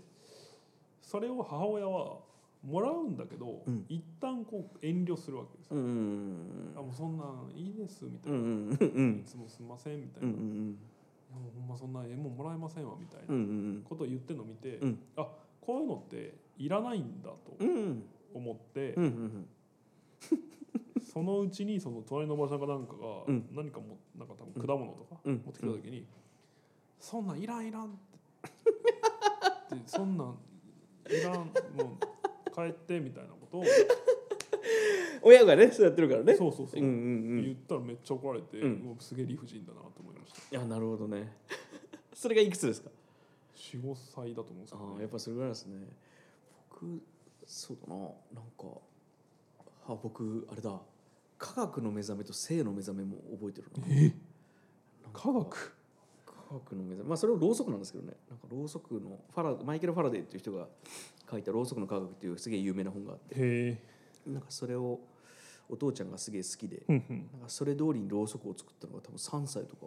[SPEAKER 2] それを母親はもらうんだけど、
[SPEAKER 1] うん
[SPEAKER 2] 一旦こう遠慮するわけですよ、
[SPEAKER 1] うんうん
[SPEAKER 2] あもうそんなんいいですみた
[SPEAKER 1] う
[SPEAKER 2] い
[SPEAKER 1] ん
[SPEAKER 2] な、
[SPEAKER 1] うんうん
[SPEAKER 2] いつもすんませんみたい
[SPEAKER 1] うんう
[SPEAKER 2] な、
[SPEAKER 1] ん
[SPEAKER 2] い
[SPEAKER 1] うん
[SPEAKER 2] やもうほんまそんなえもうもらえませんわみたい
[SPEAKER 1] うんう
[SPEAKER 2] なんことを言ってるのを見て、
[SPEAKER 1] うん
[SPEAKER 2] あこういうのっていらないんだと
[SPEAKER 1] うんうん
[SPEAKER 2] 思って、
[SPEAKER 1] うんうん
[SPEAKER 2] そのうちにその隣のおばちゃんかなんかが
[SPEAKER 1] うん
[SPEAKER 2] 何かもなんか多分果物とか
[SPEAKER 1] う
[SPEAKER 2] 持
[SPEAKER 1] ん
[SPEAKER 2] ってきた時に「そんなんいらんいらん」 ってで「そんなんいらんもう帰って」みたいなことを
[SPEAKER 1] 親がねそうやってるからね
[SPEAKER 2] そうそうそう
[SPEAKER 1] うんうん
[SPEAKER 2] 言
[SPEAKER 1] うん
[SPEAKER 2] ったらめっちゃ怒られて
[SPEAKER 1] うん
[SPEAKER 2] もうすげえ理不尽だなと思いました
[SPEAKER 1] いやなるほどね それがいくつですか
[SPEAKER 2] 45歳だと思うんです
[SPEAKER 1] あ
[SPEAKER 2] け
[SPEAKER 1] あ
[SPEAKER 2] ど
[SPEAKER 1] や
[SPEAKER 2] ね
[SPEAKER 1] っぱそれぐらいですね僕そうだななんかあ僕あれだ科学の目覚めと性の目覚めも覚えてるな
[SPEAKER 2] え
[SPEAKER 1] なんか
[SPEAKER 2] 科学
[SPEAKER 1] 科学の目覚めまあそれをろうそくなんですけどねなんかろうそくのファラマイケル・ファラデーっていう人が書いた「ろうそくの科学」っていうすげえ有名な本があって
[SPEAKER 2] へえ
[SPEAKER 1] なんかそれをお父ちゃんがすげえ好きで
[SPEAKER 2] うんうん
[SPEAKER 1] なんかそれ通りにろうそくを作ったのが多分3歳とか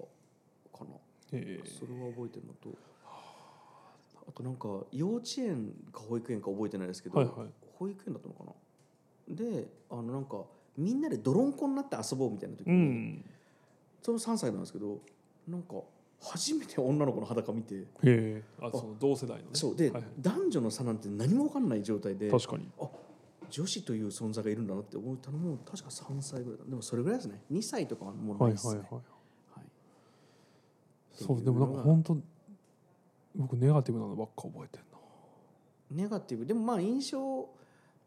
[SPEAKER 1] かな
[SPEAKER 2] へえ
[SPEAKER 1] それは覚えてるのとあとなんか幼稚園か保育園か覚えてないですけど、
[SPEAKER 2] はいはい
[SPEAKER 1] 保育園だったのかなであのなんかみんなで泥んこになって遊ぼうみたいな時
[SPEAKER 2] う
[SPEAKER 1] に、
[SPEAKER 2] ん
[SPEAKER 1] その3歳なんですけどなんか初めて女の子の裸見て
[SPEAKER 2] へえあその同世代のね
[SPEAKER 1] そうで、
[SPEAKER 2] はいはい
[SPEAKER 1] 男女の差なんて何も分かんない状態で
[SPEAKER 2] 確かに
[SPEAKER 1] 女子という存在がいるんだなって思ったのも確か3歳ぐらいだでもそれぐらいですね2歳とかはもうないですね、
[SPEAKER 2] はい
[SPEAKER 1] はい
[SPEAKER 2] そ
[SPEAKER 1] っ
[SPEAKER 2] う
[SPEAKER 1] てい
[SPEAKER 2] で
[SPEAKER 1] う
[SPEAKER 2] も
[SPEAKER 1] の
[SPEAKER 2] な
[SPEAKER 1] が
[SPEAKER 2] んか本当僕ネガティブなのばっか覚えてんな
[SPEAKER 1] ネガティブでもまあ印象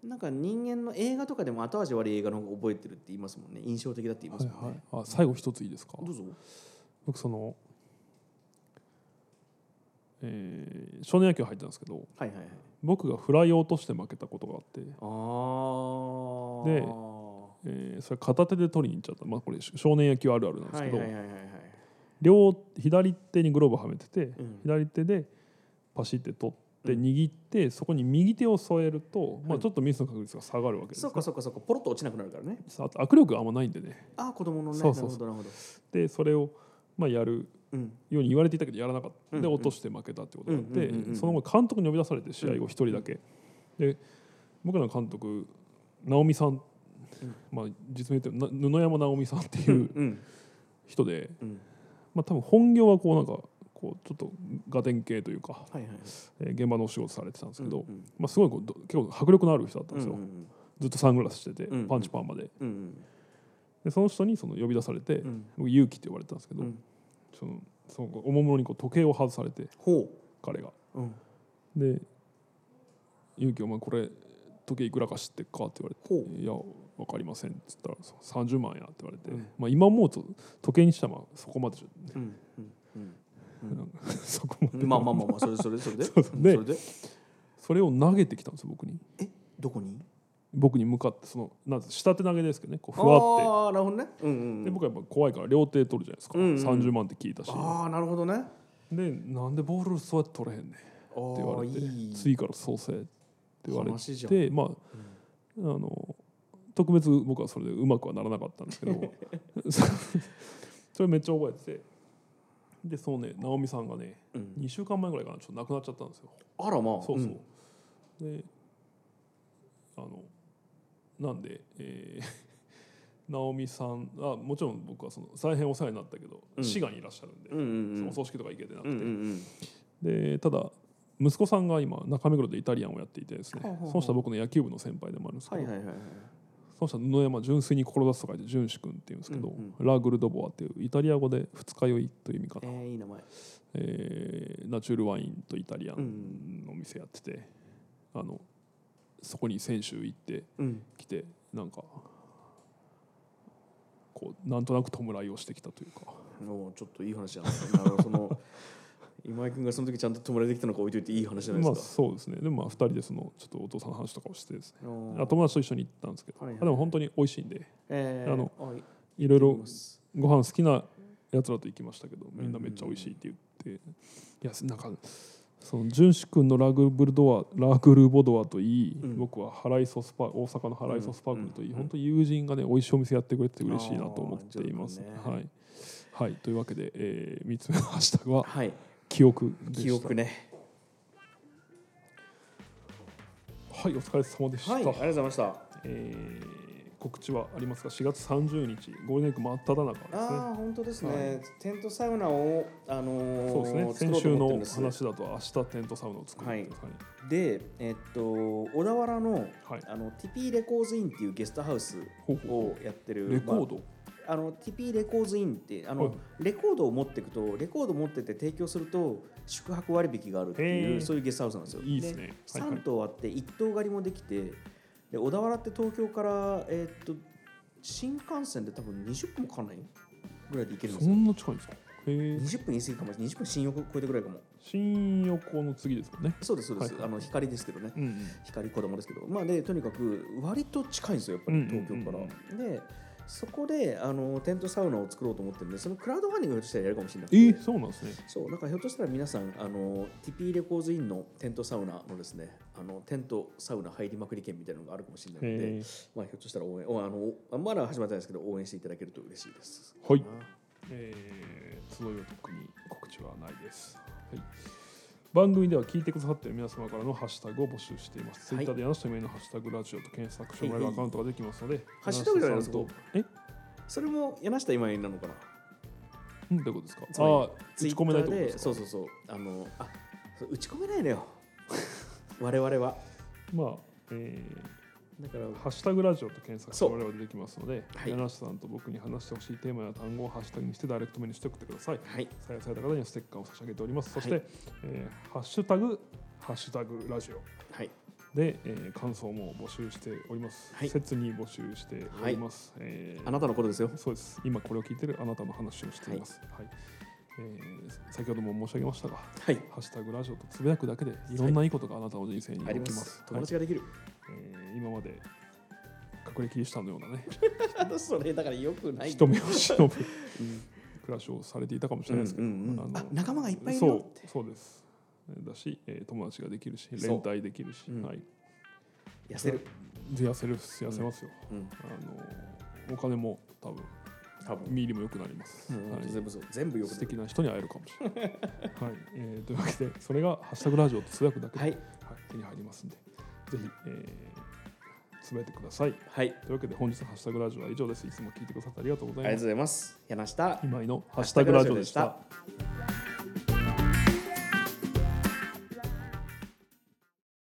[SPEAKER 1] なんか人間の映画とかでも後味悪い映画の方が覚えてるって言いますもんね印象的だって言いますもんね、
[SPEAKER 2] はいはい、あ最後一ついいですか
[SPEAKER 1] どうぞ
[SPEAKER 2] 僕その、えー少年野球入ったんですけど
[SPEAKER 1] はいはいはい
[SPEAKER 2] 僕がフライを落として負けたことがあって、
[SPEAKER 1] あー
[SPEAKER 2] でえーそれ片手で取りに行っちゃった、まあ、これ少年野球あるあるなんで
[SPEAKER 1] は
[SPEAKER 2] すけ
[SPEAKER 1] い
[SPEAKER 2] ど、
[SPEAKER 1] はいはいはいはい
[SPEAKER 2] 両左手にグローブはめてて、
[SPEAKER 1] うん
[SPEAKER 2] 左手でパシって取って
[SPEAKER 1] うん
[SPEAKER 2] 握って、そこに右手を添えると、
[SPEAKER 1] は
[SPEAKER 2] まあ、
[SPEAKER 1] い
[SPEAKER 2] ちょっとミスの確率が下がるわけです
[SPEAKER 1] そ
[SPEAKER 2] ね、
[SPEAKER 1] っかそっかそっかポロッと落ちなくなるからね
[SPEAKER 2] さあと握力があんまないんでね
[SPEAKER 1] ああ子供のね
[SPEAKER 2] そうそうそ
[SPEAKER 1] なるほどなる
[SPEAKER 2] でそれを、まあ、やる
[SPEAKER 1] ほどうん
[SPEAKER 2] ように言われていたけどやらなかった
[SPEAKER 1] うん
[SPEAKER 2] で
[SPEAKER 1] うん
[SPEAKER 2] 落として負けたってことがあって
[SPEAKER 1] うんうんうんうん
[SPEAKER 2] その後監督に呼び出されて試合後一人だけで僕らの監督直美さん、まあ、実名言ってもな布山直美さんっていう
[SPEAKER 1] うん
[SPEAKER 2] 人で、
[SPEAKER 1] うん
[SPEAKER 2] まあ、多分本業はこうなんかこうちょっとガテン系というか、
[SPEAKER 1] はいはいはい
[SPEAKER 2] えー現場のお仕事されてたんですけ
[SPEAKER 1] う
[SPEAKER 2] ど、
[SPEAKER 1] んうん
[SPEAKER 2] まあ、すごいこうど結構迫力のある人だったん
[SPEAKER 1] う
[SPEAKER 2] で
[SPEAKER 1] ん
[SPEAKER 2] す
[SPEAKER 1] う
[SPEAKER 2] よ、
[SPEAKER 1] ん
[SPEAKER 2] ずっとサングラスしてて
[SPEAKER 1] うん
[SPEAKER 2] パンチパーマで
[SPEAKER 1] うんうん
[SPEAKER 2] でその人にその呼び出されて、
[SPEAKER 1] うん
[SPEAKER 2] 僕勇気って呼ばれてたんですけど、
[SPEAKER 1] うん
[SPEAKER 2] そのそのおもむろにこう時計を外されて
[SPEAKER 1] ほ
[SPEAKER 2] 彼が
[SPEAKER 1] ううん
[SPEAKER 2] で「勇気お前これ時計いくらか知ってっか?」って言われて
[SPEAKER 1] ほ
[SPEAKER 2] 「いや分かりません」っつったら「そう30万や」って言われて、
[SPEAKER 1] うん
[SPEAKER 2] まあ、今思うと時計にしたらまあそこまでじゃ、
[SPEAKER 1] ううんうんうん
[SPEAKER 2] なんかそこまで
[SPEAKER 1] まあまあまあまあそれそれそれで
[SPEAKER 2] そうそうで
[SPEAKER 1] うんそれで
[SPEAKER 2] それを投げてきたんですよ僕に
[SPEAKER 1] えどこに
[SPEAKER 2] 僕に向かってそのなんて下手投げですけどねこうふわっ
[SPEAKER 1] ああなるほどねうん
[SPEAKER 2] て
[SPEAKER 1] う
[SPEAKER 2] で
[SPEAKER 1] ん
[SPEAKER 2] 僕はやっぱ怖いから両手取るじゃないですか、
[SPEAKER 1] うんうん
[SPEAKER 2] 30万って聞いたし
[SPEAKER 1] ああなるほどね
[SPEAKER 2] でなんでボールそうやって取れへんねんって言
[SPEAKER 1] あ
[SPEAKER 2] わ
[SPEAKER 1] あ
[SPEAKER 2] れて
[SPEAKER 1] いい
[SPEAKER 2] 次から創生って言われて
[SPEAKER 1] 話じゃん
[SPEAKER 2] でまあ、あの特別僕はそれでうまくはならなかったんです けど そそれめっちゃ覚えててでそうね直美さんがね
[SPEAKER 1] うん
[SPEAKER 2] 2週間前ぐらいかなちょっと亡くなっちゃったんですよ
[SPEAKER 1] あらまあ
[SPEAKER 2] そうそう、
[SPEAKER 1] ん
[SPEAKER 2] であのなんで、 えー直美さんあもちろん僕はその再編お世話になったけど、
[SPEAKER 1] うん
[SPEAKER 2] 滋賀にいらっしゃるんで、
[SPEAKER 1] うんうんう
[SPEAKER 2] そ
[SPEAKER 1] ん
[SPEAKER 2] のお葬式とか行けてなくて、
[SPEAKER 1] うんうん
[SPEAKER 2] でただ息子さんが今中目黒でイタリアンをやっていてですね
[SPEAKER 1] ほうほうほう
[SPEAKER 2] その人は僕の野球部の先輩でもあるんですけ
[SPEAKER 1] は
[SPEAKER 2] ど、
[SPEAKER 1] いはいはいはい
[SPEAKER 2] その人は布山純粋に志すと書いて純子君っていうんですけど、
[SPEAKER 1] うん
[SPEAKER 2] ラーグルドボアっていうイタリア語で二日酔いという意味か
[SPEAKER 1] え
[SPEAKER 2] な、
[SPEAKER 1] ーいい名前
[SPEAKER 2] えーナチュールワインとイタリア
[SPEAKER 1] う
[SPEAKER 2] ンのお店やってて、あのそこに先週行って
[SPEAKER 1] うん
[SPEAKER 2] きてなんかこうなんとなく弔いをしてきたというか
[SPEAKER 1] もうちょっといい話じゃないですかだからその 今井君がその時ちゃんと友達できたのか置いといていい話じゃない
[SPEAKER 2] まあ
[SPEAKER 1] です
[SPEAKER 2] そうですねでもまあ2人でそのちょっとお父さんの話とかをしてですね
[SPEAKER 1] か、あ
[SPEAKER 2] あ友達と一緒に行ったんですけど、
[SPEAKER 1] はいはい
[SPEAKER 2] あでも本当に美味しいんで
[SPEAKER 1] えー、
[SPEAKER 2] あの
[SPEAKER 1] はい
[SPEAKER 2] いろい
[SPEAKER 1] 行き
[SPEAKER 2] ろ
[SPEAKER 1] ます
[SPEAKER 2] ご飯好きなやつらと行きましたけどみんなめっちゃ美味しいって言って、いやなんかその純子君のラグブルドアラグルボドアといい、
[SPEAKER 1] うん
[SPEAKER 2] 僕はハライソスパ大阪のハライソスパークルといい、
[SPEAKER 1] うん
[SPEAKER 2] 本当に友人がね美味しいお店やってくれてて嬉しいなと思っ
[SPEAKER 1] あージョ
[SPEAKER 2] て
[SPEAKER 1] ル
[SPEAKER 2] い
[SPEAKER 1] 君
[SPEAKER 2] ます、
[SPEAKER 1] ね
[SPEAKER 2] はい、はい、というわけで、え3つ目のハッシュタグは
[SPEAKER 1] はい
[SPEAKER 2] 記憶でした
[SPEAKER 1] 記憶ね
[SPEAKER 2] はいお疲れ様でした、
[SPEAKER 1] はいありがとうございました
[SPEAKER 2] えー告知はありますが4月30日ゴールデンウィーク真っ只中ですね
[SPEAKER 1] ああ本当ですね、
[SPEAKER 2] はい
[SPEAKER 1] テントサウナをあのー
[SPEAKER 2] そうですね
[SPEAKER 1] 作
[SPEAKER 2] 先
[SPEAKER 1] ろうと思
[SPEAKER 2] 週
[SPEAKER 1] ってる
[SPEAKER 2] の
[SPEAKER 1] んです
[SPEAKER 2] 話だと明日テントサウナを作るっていう感じ
[SPEAKER 1] でえっと小田原の
[SPEAKER 2] はい
[SPEAKER 1] あのティピーレコーズインっていうゲストハウス
[SPEAKER 2] ほうほ
[SPEAKER 1] をやってる
[SPEAKER 2] うレコー
[SPEAKER 1] ま
[SPEAKER 2] ド、
[SPEAKER 1] あ、あのティピーレコーズインってあの、
[SPEAKER 2] はい
[SPEAKER 1] レコードを持っていくとレコード持ってて提供すると宿泊割引があるって
[SPEAKER 2] へ
[SPEAKER 1] い
[SPEAKER 2] ー
[SPEAKER 1] うそういうゲストハウスなんですよ
[SPEAKER 2] いいですねはいはい
[SPEAKER 1] 3棟あって1棟狩りもできてで小田原って東京から、えーっと新幹線で多分20分もかかんないぐらいで行けるんで
[SPEAKER 2] そ
[SPEAKER 1] すよ
[SPEAKER 2] んな近いんですかへえ
[SPEAKER 1] 20分言い過ぎかもしれない20分新横超えてぐらいかも
[SPEAKER 2] 新横の次ですもんね
[SPEAKER 1] そうですそうです、
[SPEAKER 2] はいはい
[SPEAKER 1] あの光ですけどね
[SPEAKER 2] うんうん
[SPEAKER 1] 光子供ですけどまあでとにかく割と近いんですよやっぱ
[SPEAKER 2] う
[SPEAKER 1] り
[SPEAKER 2] んうん
[SPEAKER 1] 東京から、でそこであのテントサウナを作ろうと思ってるんでそのクラウドファンディングをひょっとしたらやるかもしれなく
[SPEAKER 2] え
[SPEAKER 1] て
[SPEAKER 2] ー、そうなんですね
[SPEAKER 1] そうなんかひょっとしたら皆さんあのティピーレコーズインのテントサウナのですねあのテントサウナ入りまくり券みたいなのがあるかもしれないの
[SPEAKER 2] へ
[SPEAKER 1] で、まあ、ひょっとしたら応援おあのあまだ始まってないですけど応援していただけると嬉しいです。
[SPEAKER 2] ー、はいえー、そのよ特に告知はないです、はい、番組では聞いてくださっている皆様からのハッシュタグを募集しています、
[SPEAKER 1] はい
[SPEAKER 2] Twitter で柳下めのハッシュタグラジオと検索してもらえるアカウントができますので、
[SPEAKER 1] ハッシュタグじゃない
[SPEAKER 2] 柳
[SPEAKER 1] です
[SPEAKER 2] 下さん
[SPEAKER 1] か
[SPEAKER 2] とえ
[SPEAKER 1] それも柳下今井なのかな
[SPEAKER 2] うんどういうことですか
[SPEAKER 1] つ
[SPEAKER 2] あ
[SPEAKER 1] まり
[SPEAKER 2] あー打ち込めないってことですか
[SPEAKER 1] そうそうそうあのあそう打ち込めないのよ 我々は
[SPEAKER 2] まあえー
[SPEAKER 1] だから
[SPEAKER 2] ハッシュタグラジオと検索して
[SPEAKER 1] そう
[SPEAKER 2] 我々出てきますので、
[SPEAKER 1] はい
[SPEAKER 2] 柳下さんと僕に話してほしいテーマや単語をハッシュタグにしてダイレクトメールにしておいてください。
[SPEAKER 1] はい
[SPEAKER 2] 採用された方にはステッカーを差し上げております。そして、
[SPEAKER 1] はい
[SPEAKER 2] えーハッシュタグ、ハッシュタグラジオ
[SPEAKER 1] はい
[SPEAKER 2] で、えー感想も募集しております。
[SPEAKER 1] はい
[SPEAKER 2] 切に募集しております。えー
[SPEAKER 1] あなたのことですよ
[SPEAKER 2] そうです。今これを聞いてるあなたの話をしています。はいえー先ほども申し上げましたが、
[SPEAKER 1] はい
[SPEAKER 2] ハッシュタグラジオとつぶやくだけでいろんないいことがあなたの人生に起
[SPEAKER 1] あ
[SPEAKER 2] き
[SPEAKER 1] りま
[SPEAKER 2] ますす。
[SPEAKER 1] 友達ができる、
[SPEAKER 2] えー今まで隠れキリシタンのようなね
[SPEAKER 1] あそれだからよくない
[SPEAKER 2] 人目を忍ぶ暮らしをされていたかもしれないですけど、
[SPEAKER 1] うんうんうん
[SPEAKER 2] の
[SPEAKER 1] あ仲間がいっぱいいる
[SPEAKER 2] そ
[SPEAKER 1] よ
[SPEAKER 2] う
[SPEAKER 1] って
[SPEAKER 2] そうですだし、えー友達ができるし
[SPEAKER 1] そう
[SPEAKER 2] 連帯できるし、
[SPEAKER 1] うん
[SPEAKER 2] はい、
[SPEAKER 1] 痩せる
[SPEAKER 2] で痩せる痩せますよ、
[SPEAKER 1] うん
[SPEAKER 2] あのお金も多分
[SPEAKER 1] 多分
[SPEAKER 2] 身入りも良くなります、
[SPEAKER 1] もう
[SPEAKER 2] は
[SPEAKER 1] 本当全
[SPEAKER 2] い
[SPEAKER 1] 部そう全部よく
[SPEAKER 2] 素
[SPEAKER 1] でき
[SPEAKER 2] 敵
[SPEAKER 1] る
[SPEAKER 2] な人に会えるかもしれ ない、はいえーというわけでそれが「ハッシュタグラジオ」とつぶやくだけで、
[SPEAKER 1] はい
[SPEAKER 2] はい手に入りますんで、ぜひ、えー、つぶやいてください。
[SPEAKER 1] はい、
[SPEAKER 2] というわけで本日のハッシュタグラジオは以上です。いつも聞いてくださってありがとうご
[SPEAKER 1] あり
[SPEAKER 2] ざ
[SPEAKER 1] がとう
[SPEAKER 2] います。
[SPEAKER 1] ございます。柳下。
[SPEAKER 2] 今井のハッシュタグラジオでした。